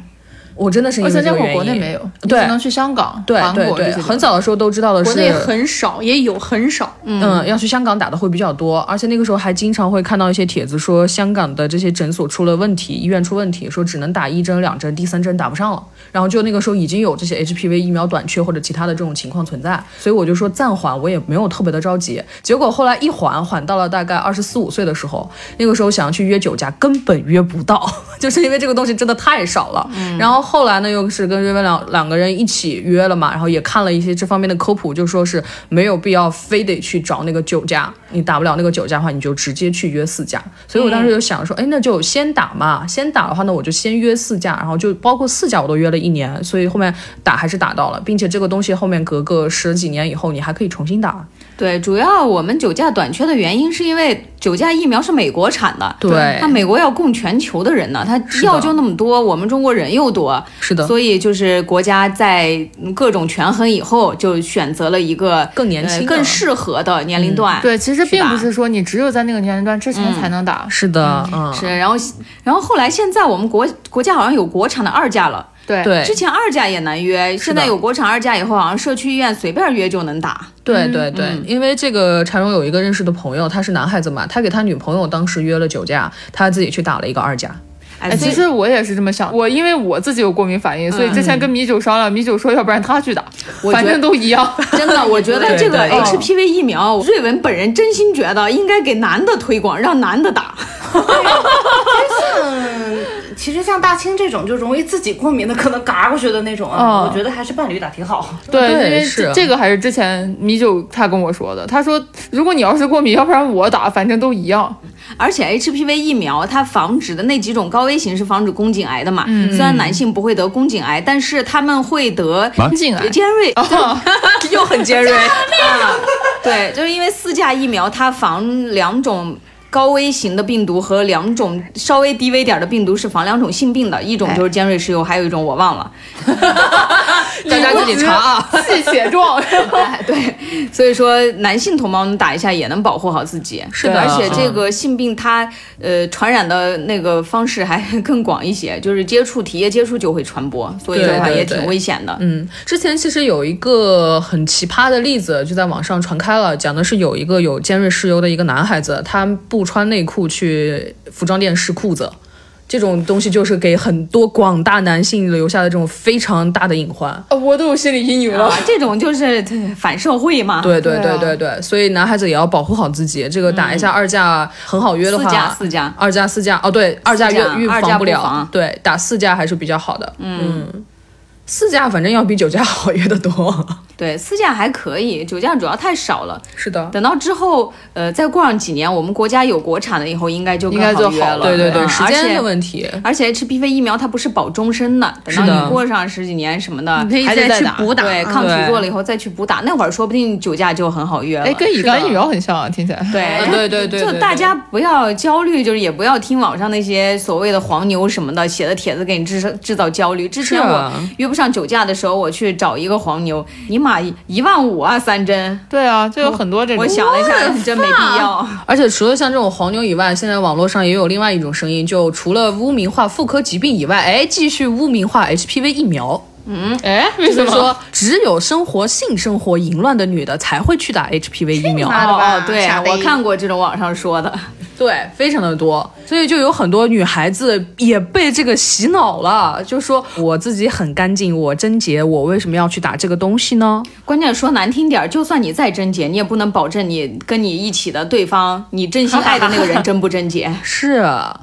Speaker 5: 我真的是因
Speaker 8: 而
Speaker 5: 为这
Speaker 8: 且
Speaker 5: 个
Speaker 8: 那会
Speaker 5: 原
Speaker 8: 儿
Speaker 5: 因，
Speaker 8: 国内没有，你
Speaker 5: 对
Speaker 8: 只能去香港、
Speaker 5: 对
Speaker 8: 韩
Speaker 5: 对
Speaker 8: 国这
Speaker 5: 对，
Speaker 8: 些地
Speaker 5: 很
Speaker 8: 方。
Speaker 5: 早的时候都知道的是
Speaker 4: 国内很少，也有很少。
Speaker 5: 嗯，要去香港打的会比较多，而且那个时候还经常会看到一些帖子说香港的这些诊所出了问题，医院出问题，说只能打一针、两针，第三针打不上了。然后就那个时候已经有这些 HPV 疫苗短缺或者其他的这种情况存在，所以我就说暂缓，我也没有特别的着急。结果后来一缓，缓到了大概二十四五岁的时候，那个时候想要去约酒驾，根本约不到， 就是因为这个东西真的太少了。
Speaker 2: 嗯
Speaker 5: 然后后来呢，又是跟瑞文两两个人一起约了嘛，然后也看了一些这方面的科普，就说是没有必要非得去找那个酒驾，你打不了那个酒驾的话，你就直接去约四驾。所以我当时就想说，哎，那就先打嘛，
Speaker 2: 嗯
Speaker 5: 先打的话呢，我就先约四驾，然后就包括四驾我都约了一年，所以后面打还是打到了，并且这个东西后面隔个十几年以后，你还可以重新打。
Speaker 2: 对，主要我们酒驾短缺的原因是因为酒驾疫苗是美国产的，
Speaker 5: 对
Speaker 2: 那美国要供全球的人呢，他
Speaker 5: 是的
Speaker 2: 药就那么多，我们中国人又多，
Speaker 5: 是的，
Speaker 2: 所以就是国家在各种权衡以后，就选择了一个
Speaker 5: 更年轻
Speaker 2: 呃
Speaker 5: 的嗯
Speaker 2: 更适合的年龄段。
Speaker 8: 对，其实并
Speaker 2: 吧
Speaker 8: 不是说你只有在那个年龄段之前才能打，
Speaker 5: 是的，嗯，
Speaker 2: 是，然后然后后来现在我们国国家好像有国产的二价了，
Speaker 8: 对
Speaker 5: 对
Speaker 2: 之前二价也难约，现在有国产二价以后，好像社区医院随便约就能打。
Speaker 5: 对对对，因为这个柴荣有一个认识的朋友，他是男孩子嘛，他给他女朋友当时约了酒驾，他自己去打了一个二价。
Speaker 2: 哎
Speaker 8: 哎，其实我也是这么想，我因为我自己有过敏反应，所以之
Speaker 5: 嗯
Speaker 8: 前跟米酒商量，米酒说要不然他去打，
Speaker 2: 我
Speaker 8: 反
Speaker 2: 觉
Speaker 8: 正
Speaker 2: 得
Speaker 8: 都一样。
Speaker 2: 真的，我觉得
Speaker 5: 对
Speaker 2: 这个
Speaker 5: 对
Speaker 2: HPV 疫苗，瑞文本人真心觉得应该给男的推广，让男的
Speaker 5: 嗯
Speaker 2: 打。
Speaker 1: 像嗯其实像大清这种就容易自己过敏的，可能嘎过去的那种啊，
Speaker 8: 嗯
Speaker 1: 我觉得还是伴侣打挺好。
Speaker 8: 对，
Speaker 5: 对
Speaker 8: 因为
Speaker 5: 是
Speaker 8: 这这个还是之前米酒他跟我说的，他说如果你要是过敏，要不然我打，反正都一样。
Speaker 2: 而且 HPV 疫苗它防止的那几种高危型是防止宫颈癌的嘛，
Speaker 5: 嗯
Speaker 2: 虽然男性不会得宫颈癌，但是他们会得
Speaker 8: 进
Speaker 5: 啊
Speaker 8: 来，
Speaker 2: 尖锐。
Speaker 5: 哦 又很尖锐，
Speaker 2: 嗯对，就是因为四价疫苗它防两种。高危型的病毒和两种稍微低危点的病毒是防两种性病的，一
Speaker 5: 哎
Speaker 2: 种就是尖锐湿疣，还有一种我忘 了。
Speaker 5: 大家自己查啊。
Speaker 8: 气血壮。
Speaker 2: 哎， 对，所以说男性同胞们打一下也能保护好自己。是
Speaker 5: 的
Speaker 2: 而且这个性病它呃传染的那个方式还更广一些，就是接触体液接触就会传播，所以
Speaker 5: 对
Speaker 2: 的话
Speaker 5: 对
Speaker 2: 也
Speaker 5: 对
Speaker 2: 挺危险的。
Speaker 5: 嗯，之前其实有一个很奇葩的例子就在网上传开了，讲的是有一个有尖锐湿疣的一个男孩子，他不穿内裤去服装店试裤子。这种东西就是给很多广大男性留下的这种非常大的隐患。
Speaker 8: 我都有心理阴影 了
Speaker 2: 啊。，这种就是对反社会嘛。
Speaker 5: 对对
Speaker 8: 对啊
Speaker 5: 对对对，所以男孩子也要保护好自己。这个打一下二价很好约的
Speaker 2: 四
Speaker 5: 话，
Speaker 2: 价四价。
Speaker 5: 二价四价哦，对，二价
Speaker 2: 价
Speaker 5: 预预
Speaker 2: 二价
Speaker 5: 防
Speaker 2: 不
Speaker 5: 了，
Speaker 2: 防
Speaker 5: 对，打四价还是比较好的。嗯，四价反正要比九价好约的多。
Speaker 2: 对，四价还可以，酒驾主要太少了。
Speaker 5: 是的，
Speaker 2: 等到之后，呃，再过上几年，我们国家有国产的以后，应该就
Speaker 8: 应该就
Speaker 2: 约
Speaker 8: 好
Speaker 2: 了。
Speaker 8: 了
Speaker 5: 对对对，
Speaker 2: 嗯
Speaker 5: 时
Speaker 2: 而
Speaker 5: 间
Speaker 2: 且
Speaker 5: 的问题。
Speaker 2: 而且 HPV 疫苗它不是保终身的，等
Speaker 5: 是
Speaker 2: 到
Speaker 5: 的
Speaker 2: 你过上十几年什么的，
Speaker 4: 你可以
Speaker 2: 还得
Speaker 4: 再去
Speaker 2: 打
Speaker 4: 补打
Speaker 2: 对，
Speaker 4: 嗯
Speaker 2: 抗体
Speaker 5: 对
Speaker 2: 弱了以后再去补打，那会儿说不定酒驾就很好约了。
Speaker 8: 哎，跟乙
Speaker 5: 是
Speaker 8: 肝
Speaker 5: 的
Speaker 8: 疫苗很像啊，听起来。
Speaker 2: 对
Speaker 5: 嗯对对对
Speaker 2: 就
Speaker 5: 对
Speaker 2: 哎大
Speaker 5: 对
Speaker 2: 家不要焦虑，就是也不要听网上那些所谓的黄牛什么的写的帖子给你制制造焦虑。之前
Speaker 5: 是
Speaker 2: 我
Speaker 5: 啊
Speaker 2: 约不上酒驾的时候，我去找一个黄牛，尼玛一万五啊三针，
Speaker 8: 对啊，就有很多这种。
Speaker 2: 我想了一下， 真没必要。
Speaker 5: 而且除了像这种黄牛以外，现在网络上也有另外一种声音，就除了污名化妇科疾病以外，哎，继续污名化 HPV 疫 苗。
Speaker 8: 哎，为
Speaker 5: 就是
Speaker 8: 什么？
Speaker 5: 说，只有生活性生活淫乱的女的才会去打 HPV 疫苗。
Speaker 4: 妈的吧
Speaker 2: 哦，对
Speaker 4: 傻，
Speaker 2: 我
Speaker 4: 逼
Speaker 2: 看过这种网上说的。
Speaker 5: 对，非常的多，所以就有很多女孩子也被这个洗脑了，就说我自己很干净，我贞洁，我为什么要去打这个东西呢？
Speaker 2: 关键说难听点儿，就算你再贞洁，你也不能保证你跟你一起的对方，你真心爱的那个人真不贞洁。
Speaker 5: 是，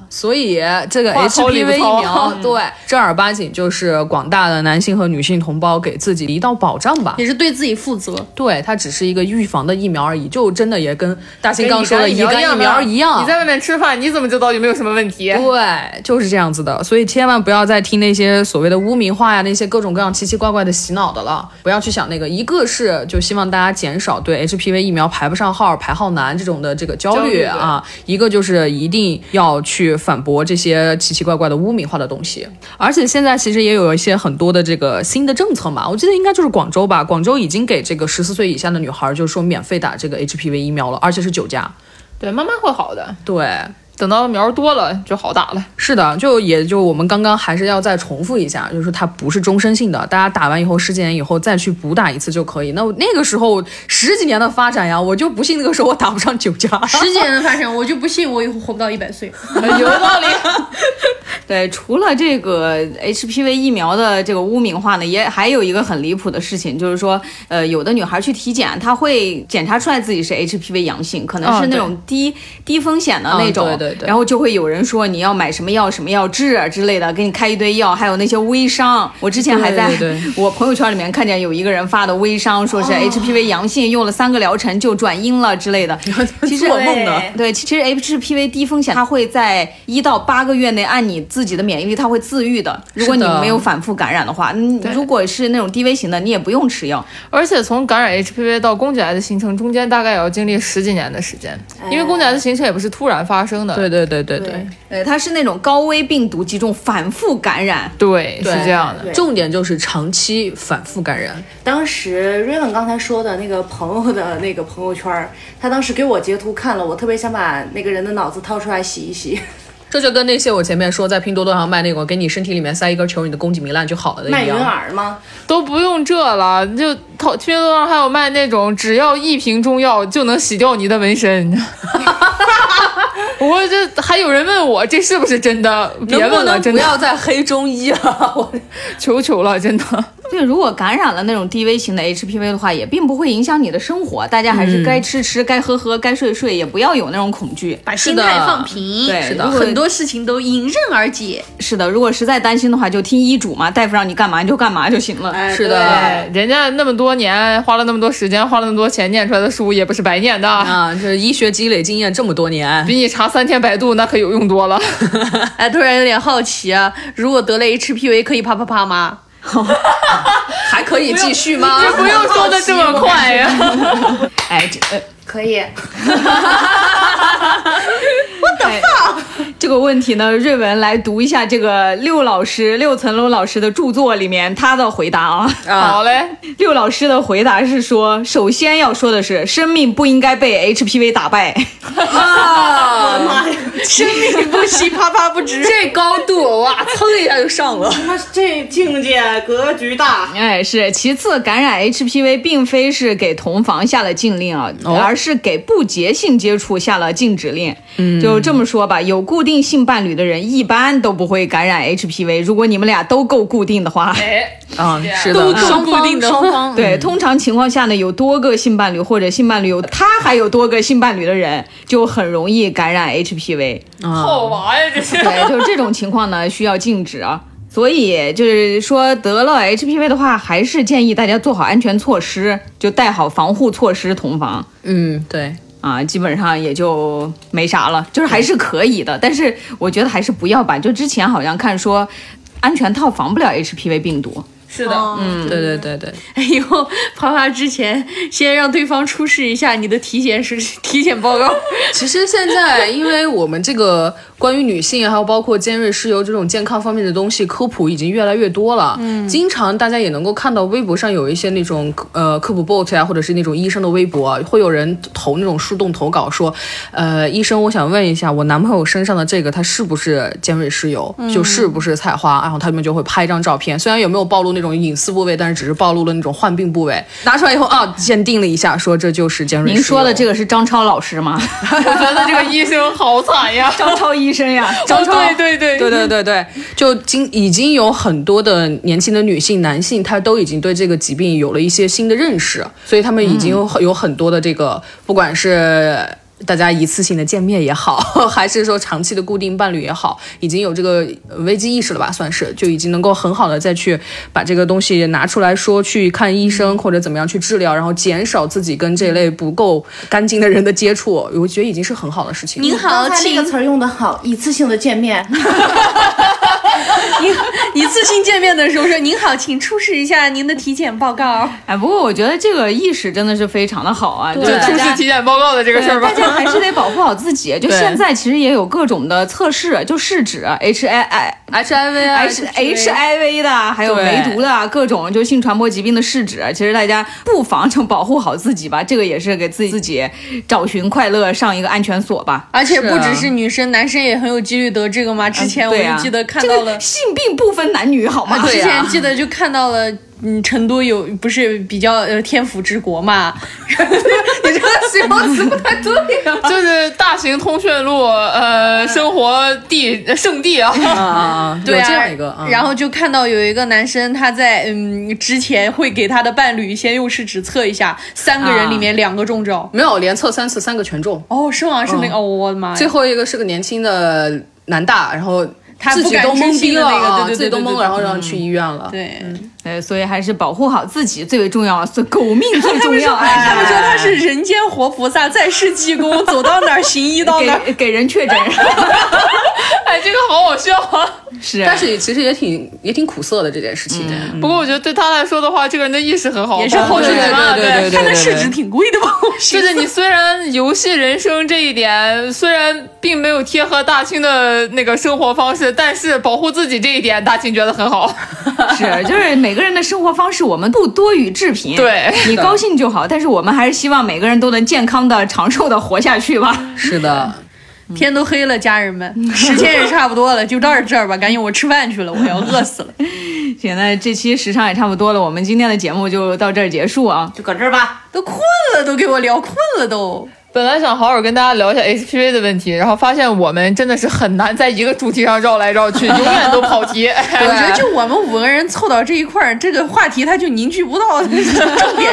Speaker 5: 所以这 个
Speaker 8: 话糙
Speaker 5: HPV
Speaker 8: 理
Speaker 5: 疫
Speaker 8: 不糙
Speaker 5: 苗， 对，正儿八经就是广大的男性和女性同胞给自己一道保障吧。
Speaker 4: 也是对自己负责。
Speaker 5: 嗯对，它只是一个预防的疫苗而已，就真的也跟大兴
Speaker 7: 跟
Speaker 5: 刚说的
Speaker 7: 乙
Speaker 5: 乙
Speaker 7: 肝
Speaker 5: 肝
Speaker 7: 疫苗
Speaker 5: 疫苗一样，啊
Speaker 8: 你在外面吃饭，你怎么知道有没有什么问题？
Speaker 5: 对，就是这样子的，所以千万不要再听那些所谓的污名化呀，那些各种各样奇奇怪怪的洗脑的了，不要去想那个。一个是就希望大家减少对 HPV 疫苗排不上号、排号难这种的这个焦虑啊，一个就是一定要去反驳这些奇奇怪怪的污名化的东西。而且现在其实也有一些很多的这个新的政策嘛，我记得应该就是广州吧，广州已经给这个十四岁以下的女孩就是说免费打这个 HPV 疫苗了，而且是九价。
Speaker 8: 对，慢慢会好的，
Speaker 5: 对，
Speaker 8: 等到苗儿多了就好打了。
Speaker 5: 是的，就也就我们刚刚还是要再重复一下，就是说它不是终身性的，大家打完以后十几年以后再去补打一次就可以。那我那个时候十几年的发展呀，我就不信那个时候我打不上九价。
Speaker 4: 十几年的发展，我就不信我以后活不到一百岁。
Speaker 8: 有道理，
Speaker 2: 对，除了这个 HPV 疫苗的这个污名化呢，也还有一个很离谱的事情，就是说，呃，有的女孩去体检，她会检查出来自己是 HPV 阳性，可能是那种低、低风险的那种、
Speaker 5: 哦嗯对对对
Speaker 2: 然后就会有人说你要买什么药、什么药治啊之类的，给你开一堆药，还有那些微商。我之前还在
Speaker 5: 对对 哦
Speaker 2: 我朋友圈里面看见有一个人发的微商，说是 HPV 阳性，用了三个疗程就转阴了之类的。 其实哎
Speaker 7: 做梦的
Speaker 2: 对，其实 HPV 低风险，它会在一到八个月内按你自己的免疫力，它会自愈的。如果你
Speaker 5: 是的
Speaker 2: 没有反复感染的话，嗯，如果是那种低危型的，你也不用吃药。
Speaker 8: 而且从感染 HPV 到宫颈癌的形成，中间大概也要经历十几年的时间，因为宫颈癌的形成也不是突然发生的。
Speaker 5: 对对对对对，
Speaker 2: 对，它是那种高危病毒集中反复感染。
Speaker 8: 对是这样的。
Speaker 7: 对
Speaker 5: 重点就是长期反复感染。
Speaker 1: 当时 Raven 刚才说的那个朋友的那个朋友圈儿，他当时给我截图看了，我特别想把那个人的脑子掏出来洗一洗，
Speaker 5: 这就跟那些我前面说在拼多多上卖那个给你身体里面塞一根球，你的宫颈糜烂就好了的
Speaker 1: 卖
Speaker 5: 一
Speaker 1: 云
Speaker 5: 样。
Speaker 1: 耳吗？
Speaker 8: 都不用这了，就淘拼多多上还有卖那种只要一瓶中药就能洗掉你的纹身。 我这还有人问我这是不是真的？别
Speaker 5: 能不
Speaker 8: 问了，
Speaker 5: 能
Speaker 8: 真
Speaker 5: 不
Speaker 8: 的
Speaker 5: 要再黑中医了？我
Speaker 8: 求求了，真的。
Speaker 2: 对，如果感染了那种低危型的 HPV 的话，也并不会影响你的生活。大家还是该吃吃，该喝喝，该睡睡，也不要有那种恐惧。
Speaker 4: 把心
Speaker 5: 的
Speaker 4: 态放平，
Speaker 2: 对是的
Speaker 4: 很多事情都迎刃而解。
Speaker 2: 是的，如果实在担心的话，就听医嘱嘛，大夫让你干嘛你就干嘛就行了。
Speaker 1: 哎
Speaker 5: 是
Speaker 1: 对
Speaker 5: 的
Speaker 8: 哎，人家那么多年花了那么多时间，花了那么多钱念出来的书也不是白念的。
Speaker 5: 啊，这医学积累经验这么多年，
Speaker 8: 比你查三天百度那可有用多了。
Speaker 4: 哎，突然有点好奇啊，如果得了 HPV 可以啪啪啪吗？
Speaker 5: 还可以继续吗？
Speaker 8: 也不用说的这么快呀。
Speaker 2: 哎，这、呃
Speaker 1: 可以，
Speaker 2: 这个问题呢，瑞文来读一下这个六老师六层楼老师的著作里面他的回答啊。
Speaker 8: 好嘞，
Speaker 2: 六老师的回答是说，首先要说的是，生命不应该被 HPV 打败。
Speaker 4: 生命不息，啪啪不止。
Speaker 5: 这高度哇，蹭一下就上了。
Speaker 7: 他这境界格局大，
Speaker 2: 哎，是。其次，感染 HPV 并非是给同房下了禁令啊，而是给不洁性接触下了禁止令。嗯，就这么说吧，有固定性伴侣的人一般都不会感染 HPV。如果你们俩都够固定的话，
Speaker 8: 哎，
Speaker 5: 啊，是
Speaker 8: 都
Speaker 5: 的，
Speaker 8: 够固定的
Speaker 5: 双方
Speaker 2: 对，通常情况下呢，有多个性伴侣或者性伴侣有他还有多个性伴侣的人，就很容易感染 HPV。
Speaker 8: 好玩呀，这是。
Speaker 2: 对，就是这种情况呢，需要禁止啊。所以就是说，得了 HPV 的话，还是建议大家做好安全措施，就带好防护措施同房
Speaker 5: 嗯，对，
Speaker 2: 啊，基本上也就没啥了，就是还是可以的。但是我觉得还是不要吧，就之前好像看说，安全套防不了 HPV 病毒。
Speaker 8: 是的，
Speaker 5: 对对对对，
Speaker 4: 以后哦哎啪啪之前，先让对方出示一下你的体检是体检报告。
Speaker 5: 其实现在，因为我们这个关于女性，还有包括尖锐湿疣这种健康方面的东西，科普已经越来越多了。嗯，经常大家也能够看到微博上有一些那种呃科普 bot 啊，或者是那种医生的微博啊，会有人投那种树洞投稿说，呃，医生，我想问一下，我男朋友身上的这个他是不是尖锐湿疣，
Speaker 2: 嗯
Speaker 5: 就是不是菜花？然后他们就会拍一张照片，虽然有没有暴露那种隐私部位，但是只是暴露了那种患病部位。拿出来以后啊，鉴定了一下，说这就是尖锐湿疣。
Speaker 2: 您说的这个是张超老师吗？
Speaker 8: 我觉得这个医生好惨呀。
Speaker 2: 张超医生呀，张超。
Speaker 8: 对对对
Speaker 5: 对对对对，就今已经有很多的年轻的女性、男性，他都已经对这个疾
Speaker 8: 嗯
Speaker 5: 病有了一些新的认识，所以他们已经有、有很多的这个，不管是大家一次性的见面也好， 还是说长期的固定伴侣也好，已经有这个呃危机意识了吧，算是就已经能够很好的再去把这个东西拿出来说，去看医生或者怎么样去治疗，然后减少自己跟这类不够干净的人的接触，我觉得已经是很好的事情了。
Speaker 4: 您好，
Speaker 1: 刚才那
Speaker 4: 请
Speaker 1: 个词儿用的好，一次性的见面，
Speaker 4: 一次性见面的时候说：“您好，请出示一下您的体检报告。
Speaker 2: 哎，不过我觉得这个意识真的是非常的好啊，就是
Speaker 8: 就
Speaker 2: 大
Speaker 8: 出示
Speaker 2: 家。
Speaker 8: 体检报告的这个事儿吧
Speaker 2: 大。家还是得保护好自 己。就
Speaker 8: 对
Speaker 2: 现在其实也有各种的测试，就试纸 H I I
Speaker 8: HIV 啊
Speaker 2: H H I V 的，还有
Speaker 8: 对
Speaker 2: 梅毒的，各种就性传播疾病的试纸。啊其实大家不妨就保护好自己吧，这个也是给自己自己找寻快乐上一个安全锁吧”。
Speaker 4: 而且不
Speaker 5: 是啊
Speaker 4: 只是女生，男生也很有几率得这个嘛。之前我
Speaker 2: 对啊
Speaker 4: 就记得看到
Speaker 2: 这
Speaker 4: 了啊
Speaker 2: 个，性病不分男女，好
Speaker 5: 啊
Speaker 2: 吗？
Speaker 4: 之前记得就看到了，嗯，成都有不是比较呃天府之国嘛，
Speaker 2: 你这个形容词不太对啊。
Speaker 8: 就是大型通讯录，呃，生活地呃圣地啊，
Speaker 5: 啊，
Speaker 4: 对
Speaker 5: 有
Speaker 4: 啊，
Speaker 5: 这样一个，啊、
Speaker 4: 然后就看到有一个男生，他在嗯之前会给他的伴侣先用试纸测一下，三个人里面两个中招。
Speaker 5: 没有连测三次，三个全中。
Speaker 4: 哦，是吗？是那个，啊哦，我的妈呀！
Speaker 5: 最后一个是个年轻的男大，然后
Speaker 4: 他
Speaker 5: 自
Speaker 4: 不
Speaker 5: 己
Speaker 4: 敢
Speaker 5: 都
Speaker 4: 置
Speaker 5: 懵
Speaker 4: 信
Speaker 5: 逼
Speaker 4: 的
Speaker 5: 了
Speaker 4: 那个
Speaker 5: 啊，
Speaker 4: 对对
Speaker 5: 自己都
Speaker 4: 对
Speaker 5: 懵
Speaker 4: 对
Speaker 5: 了，
Speaker 4: 对嗯
Speaker 5: 然后让去医院了。
Speaker 4: 对，
Speaker 2: 呃，所以还是保护好自己最为重要，所以狗命最
Speaker 4: 他
Speaker 2: 重
Speaker 4: 们说
Speaker 2: 要。
Speaker 4: 他们说
Speaker 2: 哎
Speaker 4: 他是人间活菩萨，在世济公，走到哪儿行医到哪儿。
Speaker 2: 给给人确诊，
Speaker 8: 哎，这个好好笑啊！
Speaker 2: 是
Speaker 5: 但是其实也挺也挺苦涩的这件事情，
Speaker 4: 嗯
Speaker 8: 不过我觉得对他来说的话，这个人的意识很好，
Speaker 4: 也是后
Speaker 8: 知
Speaker 4: 知
Speaker 5: 对
Speaker 4: 后
Speaker 5: 对
Speaker 8: 嘛，
Speaker 5: 呃对对对
Speaker 4: 觉，他的市值挺贵的吧？我寻思
Speaker 8: 就是你虽然游戏人生这一点，虽然并没有贴合大清的那个生活方式，但是保护自己这一点，大清觉得很好。
Speaker 2: 是，就是每个人的生活方式，我们不多语置评。
Speaker 8: 对，
Speaker 2: 你高兴就好，但是我们还是希望每个人都能健康的、长寿的活下去吧。
Speaker 5: 嗯是的，
Speaker 4: 嗯 天都黑了，家人 们，时间也差不多了，就到这儿吧，赶紧我吃饭去了，我要饿死了。
Speaker 2: 行，那这期时尚也差不多了，我们今天的节目就到这儿结束啊。
Speaker 10: 就搁这儿吧。
Speaker 4: 都困了，都给我聊困了都。
Speaker 8: 本来想好好跟大家聊一下 HPV 的问题，然后发现我们真的是很难在一个主题上绕来绕 去，永远都跑题。
Speaker 4: 我觉得就我们五个人凑到这一块儿，这个话题它就凝聚不到 重点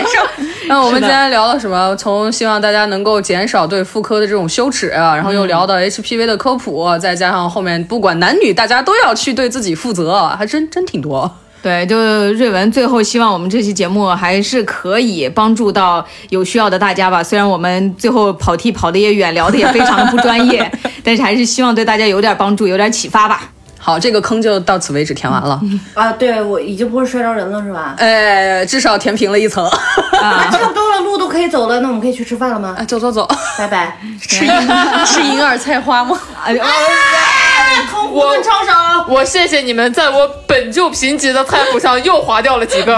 Speaker 4: 上。
Speaker 5: 那我们今天聊了什么？从希望大家能够减少对妇科的这种羞耻啊，然后
Speaker 4: 嗯
Speaker 5: 又聊到 HPV 的科普，再加上后面不管男女，大家都要去对自己负责啊，还真真挺多。
Speaker 2: 对，就瑞文最后希望我们这期节目还是可以帮助到有需要的大家吧。虽然我们最后跑题跑得也远，聊得也非常不专业，但是还是希望对大家有点帮助，有点启发吧。
Speaker 5: 好，这个坑就到此为止填完 了，
Speaker 1: 啊，对我已经不会摔着人了是吧？
Speaker 5: 哎，至少填平了一层。
Speaker 1: 啊，差不多了，路都可以走了，那我们可以去吃饭了吗？
Speaker 5: 哎，走走走，
Speaker 1: 拜拜。
Speaker 4: 吃银吃银耳菜花吗？
Speaker 1: 通胡论抄手。
Speaker 8: 我谢谢你们，在我本就贫瘠的菜谱上又划掉了几个。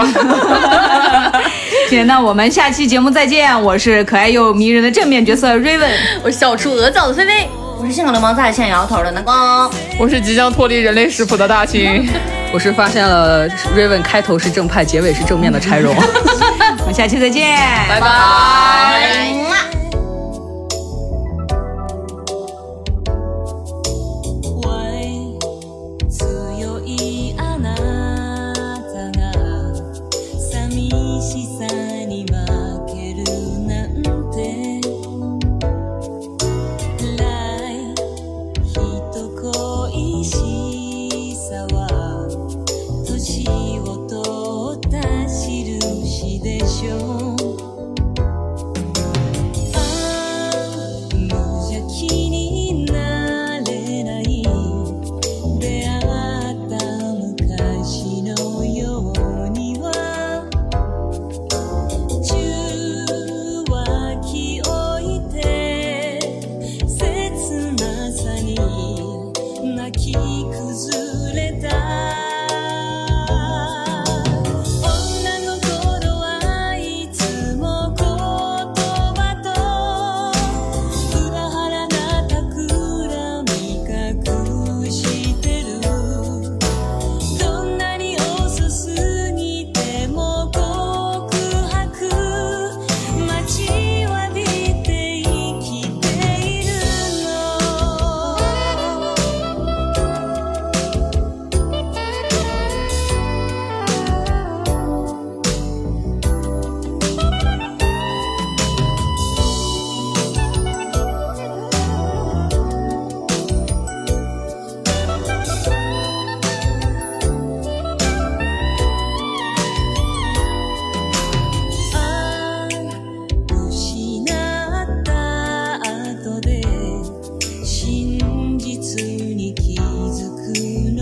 Speaker 2: 行，那我们下期节目再见。我是可爱又迷人的正面角色瑞文。
Speaker 4: 我是小厨鹅造的菲菲。
Speaker 1: 我是性格流氓在线摇头的南光。
Speaker 8: 我是即将脱离人类食谱的大清，
Speaker 5: 我是发现了 Raven 开头是正派，结尾是正面的柴荣。
Speaker 2: 我们下期再见，
Speaker 8: 拜拜。
Speaker 9: 「強いあなたが寂しさに負けるなんて」「来人恋しさは年を取った印でしょう」「ああ無邪気になれない」「出会った昔のようには」「受話器置いて」「切なさに泣き崩れた」「女の頃はいつも言葉と」「裏腹な企み隠してる」「どんなに遅すぎても告白」「待ちわびて生きているの」に